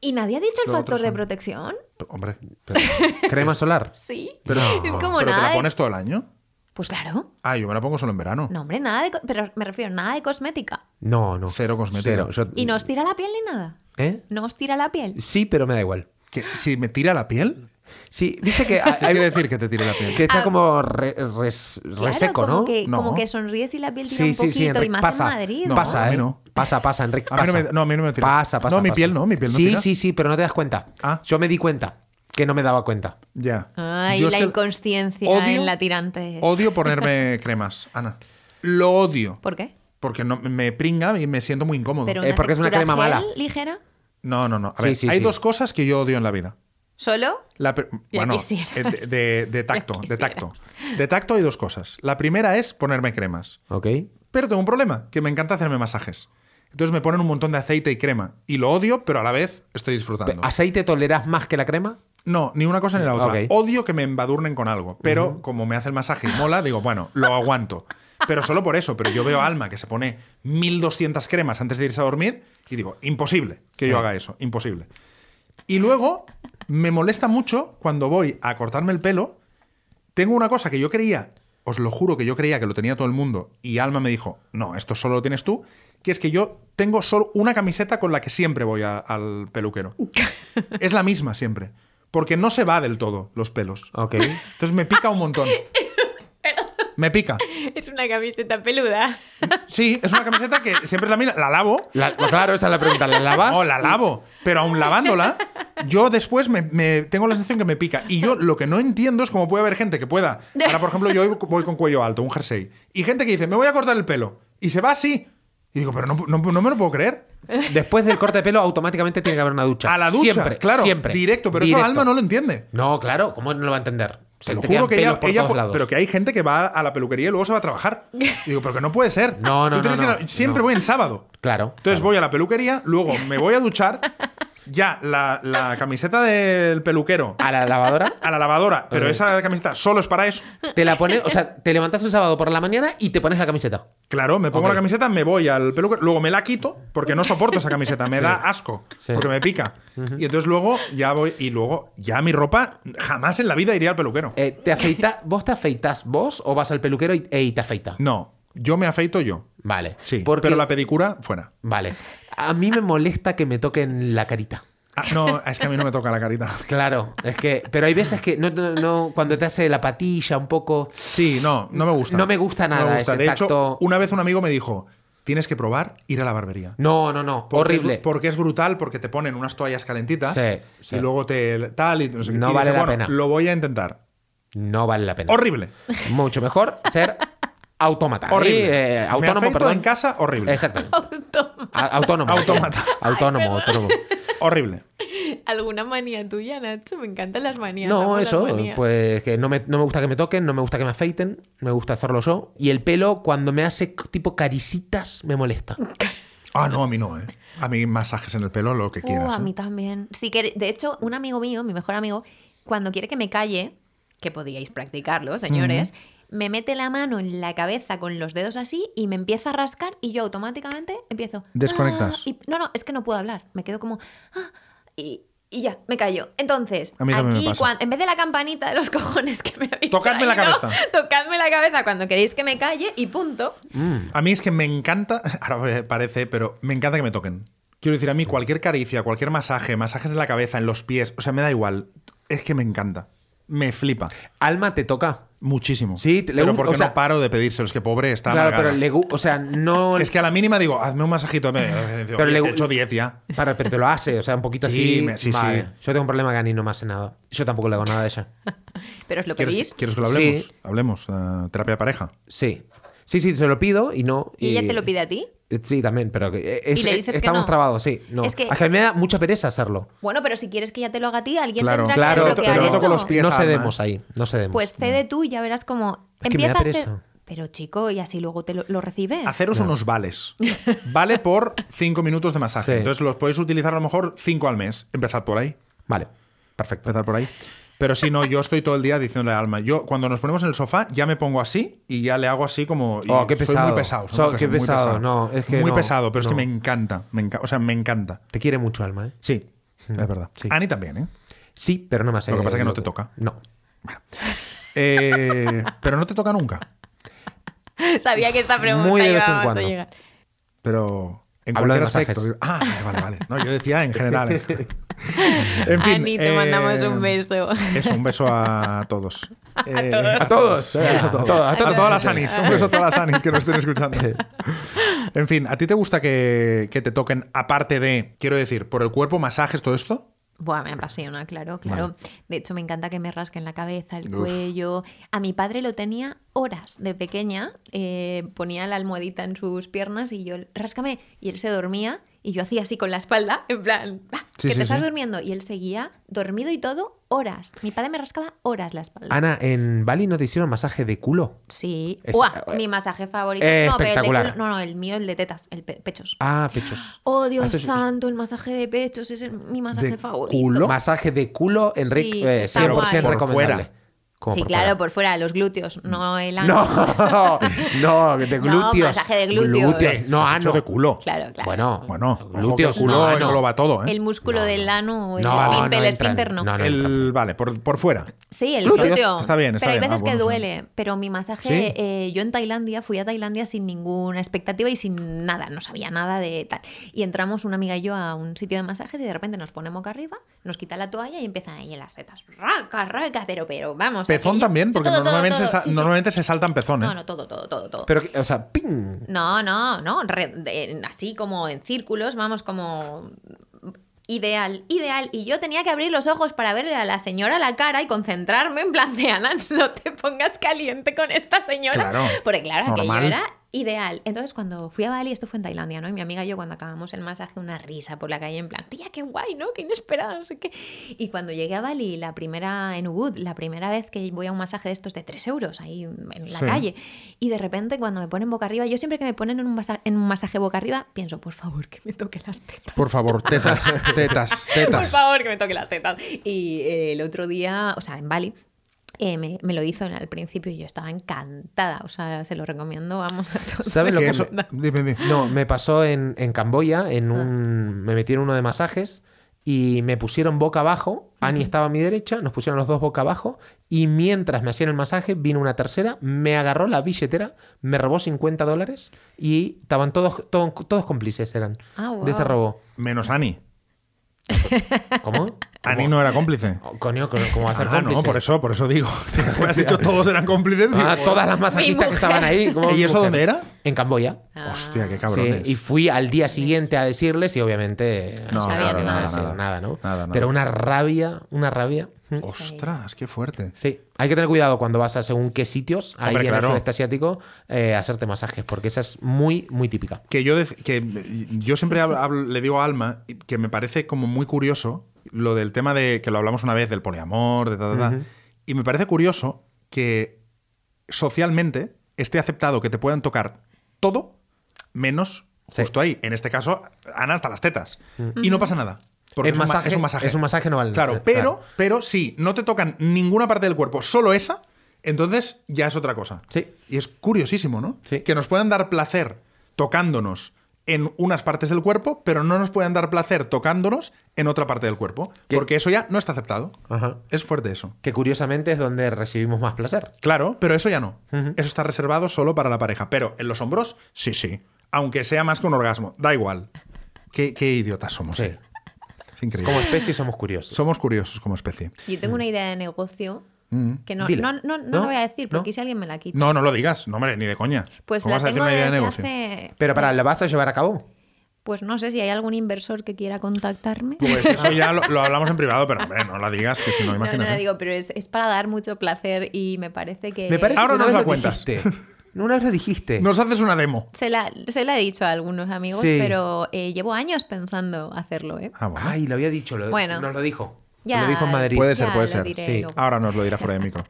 [SPEAKER 1] ¿Y nadie ha dicho el
[SPEAKER 2] Lo otro
[SPEAKER 1] factor de
[SPEAKER 2] son-
[SPEAKER 1] protección?
[SPEAKER 2] Pero, hombre, pero,
[SPEAKER 3] <laughs> ¿Crema solar?
[SPEAKER 1] Sí.
[SPEAKER 2] Pero-
[SPEAKER 1] <laughs> es como
[SPEAKER 2] pero te
[SPEAKER 1] nada ¿eh?
[SPEAKER 2] la
[SPEAKER 1] de-
[SPEAKER 2] pones todo el año.
[SPEAKER 1] Pues claro.
[SPEAKER 2] Ah, yo me la pongo solo en verano.
[SPEAKER 1] No, hombre, nada de... co- Pero me refiero, nada de cosmética.
[SPEAKER 3] No, no.
[SPEAKER 2] Cero cosmética.
[SPEAKER 3] Cero. Yo-
[SPEAKER 1] ¿Y no os tira la piel ni nada?
[SPEAKER 3] ¿Eh?
[SPEAKER 1] ¿No os tira la piel?
[SPEAKER 3] Sí, pero me da igual.
[SPEAKER 2] Que si me tira la piel,
[SPEAKER 3] Sí, viste que
[SPEAKER 2] ¿qué
[SPEAKER 3] hay,
[SPEAKER 1] <laughs>
[SPEAKER 2] quiere decir que te tire la piel?
[SPEAKER 3] que está
[SPEAKER 1] Ah.
[SPEAKER 3] como re- res-
[SPEAKER 1] Claro,
[SPEAKER 3] reseco,
[SPEAKER 1] como
[SPEAKER 3] ¿no?
[SPEAKER 1] Que,
[SPEAKER 2] No.
[SPEAKER 1] Como que sonríes y la piel tira un poquito y
[SPEAKER 3] Enric,
[SPEAKER 1] más
[SPEAKER 3] pasa,
[SPEAKER 1] en Madrid.
[SPEAKER 2] No, a
[SPEAKER 3] Pasa,
[SPEAKER 2] mí
[SPEAKER 3] ¿eh?
[SPEAKER 2] no.
[SPEAKER 3] Pasa, pasa, Enrique.
[SPEAKER 2] A mí no
[SPEAKER 3] pasa.
[SPEAKER 2] me- no, a mí no me tira.
[SPEAKER 3] Pasa, pasa.
[SPEAKER 2] No, mi
[SPEAKER 3] pasa.
[SPEAKER 2] piel no, mi piel no
[SPEAKER 3] Sí,
[SPEAKER 2] tira.
[SPEAKER 3] sí, sí, pero no te das cuenta.
[SPEAKER 2] Ah.
[SPEAKER 3] Yo me di cuenta que no me daba cuenta.
[SPEAKER 2] Ya.
[SPEAKER 1] Ay,
[SPEAKER 2] Yo es
[SPEAKER 1] la
[SPEAKER 2] que
[SPEAKER 1] inconsciencia
[SPEAKER 2] odio-
[SPEAKER 1] en la tirante.
[SPEAKER 2] Odio
[SPEAKER 1] <laughs>
[SPEAKER 2] ponerme cremas, Ana. Lo odio.
[SPEAKER 1] ¿Por qué?
[SPEAKER 2] Porque no, me pringa y me siento muy incómodo.
[SPEAKER 1] Pero
[SPEAKER 3] Eh,
[SPEAKER 1] una
[SPEAKER 3] porque es una
[SPEAKER 1] textura
[SPEAKER 3] crema
[SPEAKER 1] gel
[SPEAKER 3] mala.
[SPEAKER 1] ligera?
[SPEAKER 2] No, no, no. A
[SPEAKER 3] Sí,
[SPEAKER 2] ver,
[SPEAKER 3] sí,
[SPEAKER 2] hay
[SPEAKER 3] sí.
[SPEAKER 2] dos cosas que yo odio en la vida.
[SPEAKER 1] ¿Solo?
[SPEAKER 2] La pr-
[SPEAKER 1] Ya
[SPEAKER 2] bueno,
[SPEAKER 1] quisieras.
[SPEAKER 2] eh, de, de- de
[SPEAKER 1] Ya
[SPEAKER 2] tacto, de tacto.
[SPEAKER 1] quisieras.
[SPEAKER 2] De tacto hay dos cosas. La primera es ponerme cremas.
[SPEAKER 3] ¿Ok?
[SPEAKER 2] Pero tengo un problema, que me encanta hacerme masajes. Entonces me ponen un montón de aceite y crema. Y lo odio, pero a la vez estoy disfrutando.
[SPEAKER 3] ¿Aceite toleras más que la crema?
[SPEAKER 2] No, ni una cosa ni la otra.
[SPEAKER 3] Ok.
[SPEAKER 2] Odio que me embadurnen con algo, pero como me hace el masaje y mola, digo, bueno, lo aguanto. Pero solo por eso, pero yo veo a Alma que se pone 1200 cremas antes de irse a dormir y digo, imposible que yo haga eso, imposible. Y luego me molesta mucho cuando voy a cortarme el pelo, tengo una cosa que yo creía, os lo juro que yo creía que lo tenía todo el mundo y Alma me dijo, no, esto solo lo tienes tú, que es que yo tengo solo una camiseta con la que siempre voy a- al peluquero. Es la misma siempre. Porque no se va del todo los pelos.
[SPEAKER 3] Ok.
[SPEAKER 2] Entonces me pica un montón. Me pica.
[SPEAKER 1] <laughs> Es una camiseta <laughs> peluda.
[SPEAKER 2] Sí, es una camiseta que siempre es la misma. La lavo.
[SPEAKER 3] La- claro, esa es la pregunta. ¿La lavas?
[SPEAKER 2] No, la lavo. Pero aún lavándola, yo después me, me- tengo la sensación que me pica. Y yo lo que no entiendo es cómo puede haber gente que pueda. Ahora, por ejemplo, yo hoy voy con cuello alto, un jersey. Y gente que dice, me voy a cortar el pelo. Y se va así. Y digo, pero no, no- no me lo puedo creer.
[SPEAKER 3] Después del corte de pelo, automáticamente tiene que haber una ducha.
[SPEAKER 2] A la ducha.
[SPEAKER 3] Siempre,
[SPEAKER 2] claro.
[SPEAKER 3] Siempre.
[SPEAKER 2] Directo, pero eso Alma no lo entiende.
[SPEAKER 3] No, claro, ¿cómo no lo va a entender?
[SPEAKER 2] Te
[SPEAKER 3] Se
[SPEAKER 2] lo
[SPEAKER 3] te quedan
[SPEAKER 2] juro que ella,
[SPEAKER 3] pelos por
[SPEAKER 2] ella
[SPEAKER 3] todos
[SPEAKER 2] po-
[SPEAKER 3] lados.
[SPEAKER 2] pero que hay gente que va a la peluquería y luego se va
[SPEAKER 3] <laughs>
[SPEAKER 2] a trabajar. Y digo, pero que no puede ser.
[SPEAKER 3] No, no,
[SPEAKER 2] Tú tienes
[SPEAKER 3] no,
[SPEAKER 2] que ir a-
[SPEAKER 3] no,
[SPEAKER 2] siempre
[SPEAKER 3] no.
[SPEAKER 2] voy en sábado.
[SPEAKER 3] Claro.
[SPEAKER 2] Entonces
[SPEAKER 3] claro.
[SPEAKER 2] voy a la peluquería, luego me voy a duchar, ya la, la camiseta del peluquero
[SPEAKER 3] a la lavadora.
[SPEAKER 2] a la lavadora, pero
[SPEAKER 3] Ok.
[SPEAKER 2] esa camiseta solo es para eso.
[SPEAKER 3] Te la pones, o
[SPEAKER 2] <laughs>
[SPEAKER 3] sea, te levantas el sábado por la mañana y te pones la camiseta.
[SPEAKER 2] Claro, me pongo
[SPEAKER 3] Ok.
[SPEAKER 2] la camiseta, me voy al peluquero, luego me la quito porque no soporto esa camiseta, me
[SPEAKER 3] Sí.
[SPEAKER 2] da asco,
[SPEAKER 3] Sí.
[SPEAKER 2] porque me pica. Y entonces luego ya voy y luego ya mi ropa jamás en la vida iría al peluquero.
[SPEAKER 3] Eh, ¿Te afeita, ¿Vos te afeitas vos o vas al peluquero y, ey, te afeita?
[SPEAKER 2] No, yo me afeito yo.
[SPEAKER 3] Vale.
[SPEAKER 2] Sí,
[SPEAKER 3] Porque-
[SPEAKER 2] pero la pedicura fuera.
[SPEAKER 3] Vale. A mí me molesta que me toquen la carita.
[SPEAKER 2] Ah, no, es que a mí no me toca la carita.
[SPEAKER 3] Claro, es que. Pero hay veces que no, no, no- cuando te hace la patilla un poco.
[SPEAKER 2] Sí, no, no me gusta.
[SPEAKER 3] No me gusta nada ese
[SPEAKER 2] De hecho,
[SPEAKER 3] tacto.
[SPEAKER 2] una vez un amigo me dijo, tienes que probar ir a la barbería.
[SPEAKER 3] No, no, no.
[SPEAKER 2] Porque
[SPEAKER 3] horrible.
[SPEAKER 2] Es, bru- porque es brutal, porque te ponen unas toallas calentitas
[SPEAKER 3] Sí, sí.
[SPEAKER 2] y luego te tal y no sé qué.
[SPEAKER 3] No
[SPEAKER 2] Y
[SPEAKER 3] vale la
[SPEAKER 2] bueno,
[SPEAKER 3] pena.
[SPEAKER 2] Lo voy a intentar.
[SPEAKER 3] No vale la pena.
[SPEAKER 2] Horrible.
[SPEAKER 3] Mucho mejor ser autómata.
[SPEAKER 2] Horrible.
[SPEAKER 3] Eh, eh,
[SPEAKER 2] Me
[SPEAKER 3] autónomo,
[SPEAKER 2] afeito
[SPEAKER 3] perdón.
[SPEAKER 2] en casa, horrible.
[SPEAKER 3] Exactamente.
[SPEAKER 1] Toma,
[SPEAKER 3] A- Autónomo. <laughs>
[SPEAKER 2] Autómata.
[SPEAKER 3] Autónomo, <laughs> autónomo.
[SPEAKER 2] Horrible.
[SPEAKER 1] ¿Alguna manía tuya, Nacho? Me encantan las manías. amo
[SPEAKER 3] No,
[SPEAKER 1] las
[SPEAKER 3] eso,
[SPEAKER 1] manías.
[SPEAKER 3] pues que no me, no me gusta que me toquen, no me gusta que me afeiten, me gusta hacerlo yo. Y el pelo, cuando me hace c- tipo caricitas, me molesta.
[SPEAKER 2] Ah, no, a mí no, ¿eh? A mí masajes en el pelo, lo que
[SPEAKER 1] Uh,
[SPEAKER 2] quieras.
[SPEAKER 1] a
[SPEAKER 2] ¿eh?
[SPEAKER 1] mí también. Sí, que, de hecho, un amigo mío, mi mejor amigo, cuando quiere que me calle, que podíais practicarlo, señores, me mete la mano en la cabeza con los dedos así y me empieza a rascar y yo automáticamente empiezo.
[SPEAKER 2] Desconectas.
[SPEAKER 1] "Ah", y- no, no, es que no puedo hablar. Me quedo como. "Ah", y, y ya, me callo. Entonces,
[SPEAKER 2] A mí también me
[SPEAKER 1] aquí,
[SPEAKER 2] pasa.
[SPEAKER 1] cuan- en vez de la campanita de los <laughs> cojones que me habéis
[SPEAKER 2] Tocadme la
[SPEAKER 1] traído,
[SPEAKER 2] cabeza. Mm.
[SPEAKER 1] Tocadme la cabeza cuando queréis que me calle y punto.
[SPEAKER 2] A mí es que me encanta, <laughs> ahora me parece, pero me encanta que me toquen. Quiero decir, a mí cualquier caricia, cualquier masaje, masajes en la cabeza, en los pies, o sea, me da igual. Es que me encanta. Me flipa.
[SPEAKER 3] Alma te toca.
[SPEAKER 2] Muchísimo.
[SPEAKER 3] Sí, te- le
[SPEAKER 2] pero
[SPEAKER 3] gu-
[SPEAKER 2] porque
[SPEAKER 3] o sea-
[SPEAKER 2] no paro de pedírselos, que pobre está.
[SPEAKER 3] claro,
[SPEAKER 2] amargada.
[SPEAKER 3] pero le gu- o sea, no
[SPEAKER 2] Es que a la mínima digo, hazme un masajito. Me,
[SPEAKER 3] Pero le
[SPEAKER 2] le
[SPEAKER 3] gu-
[SPEAKER 2] he hecho 10 ya.
[SPEAKER 3] para pero te lo hace, o sea, un poquito
[SPEAKER 2] Sí,
[SPEAKER 3] así.
[SPEAKER 2] me- sí,
[SPEAKER 3] vale.
[SPEAKER 2] sí.
[SPEAKER 3] Yo tengo un problema que a mí no me hace nada. Yo tampoco le hago nada de ella.
[SPEAKER 1] Pero os lo
[SPEAKER 2] ¿Quieres,
[SPEAKER 1] pedís.
[SPEAKER 2] quieres que lo hablemos?
[SPEAKER 3] Sí.
[SPEAKER 2] Hablemos. eh, terapia de pareja.
[SPEAKER 3] Sí. Sí, sí, se lo pido y no.
[SPEAKER 1] ¿Y ella te lo pide a ti?
[SPEAKER 3] Eh, Sí, también, pero que- eh, es-
[SPEAKER 1] Y le dices que
[SPEAKER 3] estamos
[SPEAKER 1] no.
[SPEAKER 3] trabados, sí. No.
[SPEAKER 1] Es que-
[SPEAKER 3] a mí me da mucha pereza hacerlo.
[SPEAKER 1] Bueno, pero si quieres que ya te lo haga a ti, alguien
[SPEAKER 2] Claro,
[SPEAKER 1] tendrá
[SPEAKER 3] Claro,
[SPEAKER 1] que
[SPEAKER 2] pero-
[SPEAKER 1] desbloquear
[SPEAKER 2] pero
[SPEAKER 1] eso.
[SPEAKER 2] toco los pies.
[SPEAKER 3] no
[SPEAKER 2] Alma.
[SPEAKER 3] cedemos ahí, no cedemos.
[SPEAKER 1] Pues cede tú y ya verás cómo
[SPEAKER 3] Mm. Es que me
[SPEAKER 1] empieza
[SPEAKER 3] da
[SPEAKER 1] a hacer...
[SPEAKER 3] pereza.
[SPEAKER 1] Pero chico, y así luego te lo, lo recibes.
[SPEAKER 2] Haceros unos vales. Vale por 5 minutos de masaje.
[SPEAKER 3] Sí.
[SPEAKER 2] Entonces los podéis utilizar a lo mejor 5 al mes. Empezad por ahí.
[SPEAKER 3] Vale, perfecto.
[SPEAKER 2] empezar por ahí. Pero si no, yo estoy todo el día diciéndole a Alma. Yo, cuando nos ponemos en el sofá, ya me pongo así y ya le hago así como. y
[SPEAKER 3] Oh, qué
[SPEAKER 2] Soy
[SPEAKER 3] pesado.
[SPEAKER 2] muy pesado. soy
[SPEAKER 3] So-
[SPEAKER 2] muy
[SPEAKER 3] qué
[SPEAKER 2] muy
[SPEAKER 3] pesado, no, es que
[SPEAKER 2] muy
[SPEAKER 3] no,
[SPEAKER 2] pesado, pero es
[SPEAKER 3] no.
[SPEAKER 2] que me encanta. Me enca- o sea, me encanta.
[SPEAKER 3] Te quiere mucho, Alma, ¿eh?
[SPEAKER 2] Sí, es verdad.
[SPEAKER 3] sí.
[SPEAKER 2] Ani también, ¿eh?
[SPEAKER 3] Sí, pero no me hace.
[SPEAKER 2] Lo que pasa es que no te toca.
[SPEAKER 3] No.
[SPEAKER 2] Eh, <laughs> Pero no te toca nunca.
[SPEAKER 1] <laughs> Sabía que esta pregunta
[SPEAKER 3] Muy de vez en
[SPEAKER 1] íbamos
[SPEAKER 3] cuando.
[SPEAKER 1] a llegar.
[SPEAKER 2] Pero. En
[SPEAKER 3] Hablo de
[SPEAKER 2] cualquier aspecto.
[SPEAKER 3] masajes.
[SPEAKER 2] Ah, vale, vale, vale. No, yo decía
[SPEAKER 3] <laughs>
[SPEAKER 2] en general. En, general. En fin. eh,
[SPEAKER 1] Ani, te mandamos un beso.
[SPEAKER 2] Eso, un beso a
[SPEAKER 1] <laughs>
[SPEAKER 2] todos. Eh,
[SPEAKER 1] todos.
[SPEAKER 3] A todos. A todos.
[SPEAKER 2] A, to- a todas las
[SPEAKER 3] Anis.
[SPEAKER 2] Anis. Un beso a todas las Anis que nos
[SPEAKER 3] <laughs>
[SPEAKER 2] estén escuchando. En fin, ¿a ti te gusta que, que te toquen, aparte de, quiero decir, por el cuerpo, masajes, todo esto?
[SPEAKER 1] Buah, me apasiona, claro, claro. De hecho, me encanta que me rasquen la cabeza, el
[SPEAKER 2] Uf.
[SPEAKER 1] cuello. A mi padre lo tenía horas de pequeña. eh, ponía la almohadita en sus piernas y yo, ráscame. Y él se dormía y yo hacía así con la espalda, en plan, "Ah,
[SPEAKER 2] Sí,
[SPEAKER 1] que
[SPEAKER 2] sí,
[SPEAKER 1] te estás
[SPEAKER 2] sí.
[SPEAKER 1] durmiendo. Y él seguía dormido y todo horas. Mi padre me rascaba horas la espalda.
[SPEAKER 3] Ana, ¿en Bali no te hicieron masaje de culo?
[SPEAKER 1] Sí.
[SPEAKER 3] Es-
[SPEAKER 1] Buah,
[SPEAKER 3] eh,
[SPEAKER 1] mi masaje favorito.
[SPEAKER 3] eh,
[SPEAKER 1] no, pero el de
[SPEAKER 3] espectacular.
[SPEAKER 1] culo- no, no, el mío, el de tetas, el pe- pechos.
[SPEAKER 3] Ah, pechos.
[SPEAKER 1] Oh, Dios
[SPEAKER 3] Ah, esto es-
[SPEAKER 1] santo, el masaje de pechos es el- mi masaje
[SPEAKER 2] ¿De
[SPEAKER 1] favorito.
[SPEAKER 2] culo?
[SPEAKER 3] Masaje de culo, Enrique,
[SPEAKER 1] Sí,
[SPEAKER 3] eh,
[SPEAKER 1] está
[SPEAKER 3] 100%
[SPEAKER 1] guay.
[SPEAKER 2] Por
[SPEAKER 3] recomendable.
[SPEAKER 2] fuera. Mm.
[SPEAKER 3] Como
[SPEAKER 1] Sí,
[SPEAKER 3] por
[SPEAKER 1] claro,
[SPEAKER 3] fuera.
[SPEAKER 1] por fuera, los glúteos, no el ano.
[SPEAKER 3] <laughs> No, no, de
[SPEAKER 1] No,
[SPEAKER 3] glúteos.
[SPEAKER 1] masaje de glúteos.
[SPEAKER 3] no,
[SPEAKER 2] Has dicho
[SPEAKER 3] ano.
[SPEAKER 2] de culo.
[SPEAKER 1] Claro, claro.
[SPEAKER 3] Bueno,
[SPEAKER 2] Bueno,
[SPEAKER 3] glúteos,
[SPEAKER 2] glúteos, culo,
[SPEAKER 3] no, ano.
[SPEAKER 2] engloba todo, ¿eh?
[SPEAKER 1] El músculo
[SPEAKER 3] No, no.
[SPEAKER 1] del ano, o el
[SPEAKER 3] No,
[SPEAKER 1] esfínter,
[SPEAKER 3] no
[SPEAKER 1] el
[SPEAKER 3] entran,
[SPEAKER 1] esfínter no.
[SPEAKER 3] no, no.
[SPEAKER 2] El- vale, por, por fuera.
[SPEAKER 1] Sí, el
[SPEAKER 3] Glúteos,
[SPEAKER 1] glúteo.
[SPEAKER 2] está bien, está
[SPEAKER 1] pero
[SPEAKER 2] bien,
[SPEAKER 1] hay veces
[SPEAKER 2] ah,
[SPEAKER 1] que
[SPEAKER 2] bueno, sí.
[SPEAKER 1] duele. Pero mi masaje,
[SPEAKER 3] ¿Sí?
[SPEAKER 1] eh, yo en Tailandia, fui a Tailandia sin ninguna expectativa y sin nada, no sabía nada de tal. Y entramos una amiga y yo a un sitio de masajes y de repente nos ponemos acá arriba, nos quita la toalla y empiezan ahí las setas. Raca, raca, pero, pero, vamos.
[SPEAKER 2] Pezón
[SPEAKER 1] aquello-
[SPEAKER 2] también, porque
[SPEAKER 1] todo, todo,
[SPEAKER 2] normalmente,
[SPEAKER 1] todo,
[SPEAKER 2] se, sa-
[SPEAKER 1] sí, sí.
[SPEAKER 2] normalmente se saltan ¿eh? pezones.
[SPEAKER 1] No, no, todo, todo, todo, todo.
[SPEAKER 3] Pero, o sea, ¡ping!
[SPEAKER 1] No, no, no, re- de- así como en círculos, vamos como ideal, ideal. Y yo tenía que abrir los ojos para verle a la señora la cara y concentrarme en plan de Ana, no te pongas caliente con esta señora.
[SPEAKER 2] Claro,
[SPEAKER 1] Porque claro,
[SPEAKER 2] normal.
[SPEAKER 1] aquello era ideal. Entonces cuando fui a Bali, esto fue en Tailandia, ¿no? Y mi amiga y yo cuando acabamos el masaje, una risa por la calle en plan, tía, qué guay, ¿no? Qué inesperado, no sé qué. Y cuando llegué a Bali, la primera, en Ubud, la primera vez que voy a un masaje de estos de 3 euros ahí en la
[SPEAKER 2] Sí.
[SPEAKER 1] calle, y de repente cuando me ponen boca arriba, yo siempre que me ponen en un, masa- en un masaje boca arriba, pienso, por favor, que me toque las tetas.
[SPEAKER 2] Por favor,
[SPEAKER 1] <laughs>
[SPEAKER 2] tetas, tetas,
[SPEAKER 1] Por
[SPEAKER 2] tetas.
[SPEAKER 1] favor, que me toque las tetas. Y eh, el otro día, o sea, en Bali, eh, me, me lo hizo en- al principio y yo estaba encantada. O sea, se lo recomiendo, vamos a todos.
[SPEAKER 3] ¿Sabes lo
[SPEAKER 2] Que
[SPEAKER 3] que
[SPEAKER 2] eso-
[SPEAKER 3] me-
[SPEAKER 2] dime, dime.
[SPEAKER 3] No, me pasó en, en Camboya, en
[SPEAKER 1] Ah.
[SPEAKER 3] un, me metieron uno de masajes y me pusieron boca abajo. Ani estaba a mi derecha, nos pusieron los dos boca abajo y mientras me hacían el masaje vino una tercera, me agarró la billetera, me robó 50 dólares y estaban todos, todos, todos cómplices eran
[SPEAKER 1] Ah,
[SPEAKER 3] de ese
[SPEAKER 1] guau.
[SPEAKER 3] robo.
[SPEAKER 2] Menos Ani. <laughs>
[SPEAKER 3] ¿Cómo?
[SPEAKER 2] Ani
[SPEAKER 3] ¿Cómo?
[SPEAKER 2] no era cómplice.
[SPEAKER 3] Coño, ¿cómo cómo va a ser
[SPEAKER 2] Ah,
[SPEAKER 3] cómplice?
[SPEAKER 2] no, por eso, por
[SPEAKER 3] <laughs>
[SPEAKER 2] eso digo. Me has dicho todos eran cómplices. digo,
[SPEAKER 3] Ah, todas las masajistas que
[SPEAKER 1] mujer.
[SPEAKER 3] estaban ahí. como
[SPEAKER 2] <laughs> ¿Y
[SPEAKER 3] mi
[SPEAKER 2] eso
[SPEAKER 3] mujer.
[SPEAKER 2] dónde era?
[SPEAKER 3] En Camboya.
[SPEAKER 1] Ah.
[SPEAKER 2] Hostia, qué
[SPEAKER 3] Sí,
[SPEAKER 2] cabrones.
[SPEAKER 3] y fui al día siguiente a decirles y obviamente
[SPEAKER 2] No,
[SPEAKER 3] o sea,
[SPEAKER 1] nada,
[SPEAKER 3] no
[SPEAKER 1] nada, Mm.
[SPEAKER 3] decir
[SPEAKER 2] nada.
[SPEAKER 3] ¿no?
[SPEAKER 2] Nada, nada.
[SPEAKER 3] Pero una rabia, una rabia.
[SPEAKER 2] Ostras, qué fuerte.
[SPEAKER 3] Sí, hay que tener cuidado cuando vas a según qué sitios, ahí
[SPEAKER 2] Hombre,
[SPEAKER 3] en
[SPEAKER 2] claro.
[SPEAKER 3] el sudeste asiático, eh, hacerte masajes, porque esa es muy, muy típica.
[SPEAKER 2] Que yo, dec- que yo siempre hablo- hablo- le digo a Alma que me parece como muy curioso lo del tema de que lo hablamos una vez, del poliamor, de ta, ta, ta. Y me parece curioso que socialmente esté aceptado que te puedan tocar todo menos
[SPEAKER 3] Sí.
[SPEAKER 2] justo ahí. En este caso, Ana hasta las tetas. Y no pasa nada. Porque
[SPEAKER 3] El
[SPEAKER 2] es, un ma-
[SPEAKER 3] masaje-
[SPEAKER 2] es un masaje.
[SPEAKER 3] es un masaje, no vale.
[SPEAKER 2] Claro,
[SPEAKER 3] Eh,
[SPEAKER 2] pero,
[SPEAKER 3] claro.
[SPEAKER 2] pero si no te tocan ninguna parte del cuerpo, solo esa, entonces ya es otra cosa.
[SPEAKER 3] Sí.
[SPEAKER 2] Y es curiosísimo, ¿no?
[SPEAKER 3] Sí.
[SPEAKER 2] Que nos puedan dar placer tocándonos en unas partes del cuerpo, pero no nos puedan dar placer tocándonos en otra parte del cuerpo.
[SPEAKER 3] ¿Qué?
[SPEAKER 2] Porque eso ya no está aceptado.
[SPEAKER 3] Ajá.
[SPEAKER 2] Es fuerte eso.
[SPEAKER 3] Que curiosamente es donde recibimos más placer.
[SPEAKER 2] Claro, pero eso ya no. Eso está reservado solo para la pareja. Pero en los hombros, sí, sí. Aunque sea más que un orgasmo, da igual. Qué, qué idiotas somos.
[SPEAKER 3] Sí.
[SPEAKER 2] ¿eh? Es increíble.
[SPEAKER 3] Como especie somos curiosos.
[SPEAKER 2] Somos curiosos como especie.
[SPEAKER 1] Yo tengo
[SPEAKER 2] Mm.
[SPEAKER 1] una idea de negocio que no, no,
[SPEAKER 3] Dila.
[SPEAKER 1] no, no,
[SPEAKER 3] ¿No?
[SPEAKER 1] la voy a decir
[SPEAKER 3] ¿No?
[SPEAKER 1] porque si alguien me la quita.
[SPEAKER 2] No, no lo digas. No, hombre, ni de coña.
[SPEAKER 1] Pues
[SPEAKER 2] ¿Cómo
[SPEAKER 1] la
[SPEAKER 2] vas a decir
[SPEAKER 1] tengo
[SPEAKER 2] una idea de
[SPEAKER 1] desde
[SPEAKER 2] negocio?
[SPEAKER 1] hace.
[SPEAKER 3] Pero para, ¿la vas a llevar a cabo?
[SPEAKER 1] Pues no sé si hay algún inversor que quiera contactarme.
[SPEAKER 2] Pues eso ya lo, lo hablamos en privado, pero hombre, no la digas, que si
[SPEAKER 1] <laughs>
[SPEAKER 2] no,
[SPEAKER 1] No,
[SPEAKER 2] imagínate.
[SPEAKER 1] no lo digo, pero es, es para dar mucho placer y me parece que.
[SPEAKER 3] Me parece
[SPEAKER 2] Ahora
[SPEAKER 3] que una
[SPEAKER 2] nos
[SPEAKER 3] vez
[SPEAKER 2] la
[SPEAKER 3] lo
[SPEAKER 2] cuentas.
[SPEAKER 3] dijiste. Una vez lo dijiste.
[SPEAKER 2] Nos haces una demo.
[SPEAKER 1] Se la, se la he dicho a algunos amigos,
[SPEAKER 3] Sí.
[SPEAKER 1] pero eh, llevo años pensando hacerlo, ¿eh?
[SPEAKER 2] Ah, bueno.
[SPEAKER 3] Ay, lo había dicho. Lo,
[SPEAKER 1] Bueno.
[SPEAKER 3] Nos lo dijo.
[SPEAKER 1] Ya.
[SPEAKER 3] Lo dijo en Madrid.
[SPEAKER 2] Puede ser,
[SPEAKER 1] Ya,
[SPEAKER 2] puede
[SPEAKER 1] lo
[SPEAKER 2] ser.
[SPEAKER 1] diré
[SPEAKER 3] Sí.
[SPEAKER 1] luego.
[SPEAKER 2] Ahora nos lo dirá fuera
[SPEAKER 1] <laughs>
[SPEAKER 2] de micro.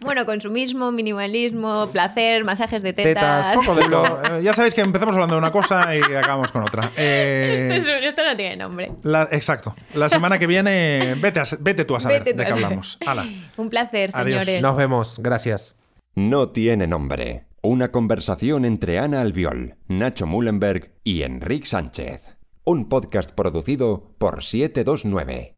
[SPEAKER 1] Bueno, consumismo, minimalismo, placer, masajes de tetas. <laughs>
[SPEAKER 3] Tetas.
[SPEAKER 2] Poco de lo- eh, ya sabéis que empezamos hablando de una cosa y acabamos con otra. Eh,
[SPEAKER 1] Esto, Este es un- esto no tiene nombre.
[SPEAKER 2] la- exacto. La semana que viene, vete, a- vete tú a saber
[SPEAKER 1] Vete tú
[SPEAKER 2] de
[SPEAKER 1] a
[SPEAKER 2] qué
[SPEAKER 1] saber.
[SPEAKER 2] hablamos. Hala.
[SPEAKER 1] Un placer,
[SPEAKER 2] Adiós.
[SPEAKER 1] señores.
[SPEAKER 3] Nos vemos. Gracias.
[SPEAKER 4] No tiene nombre. Una conversación entre Ana Albiol, Nacho Mullenberg y Enrique Sánchez. Un podcast producido por 729.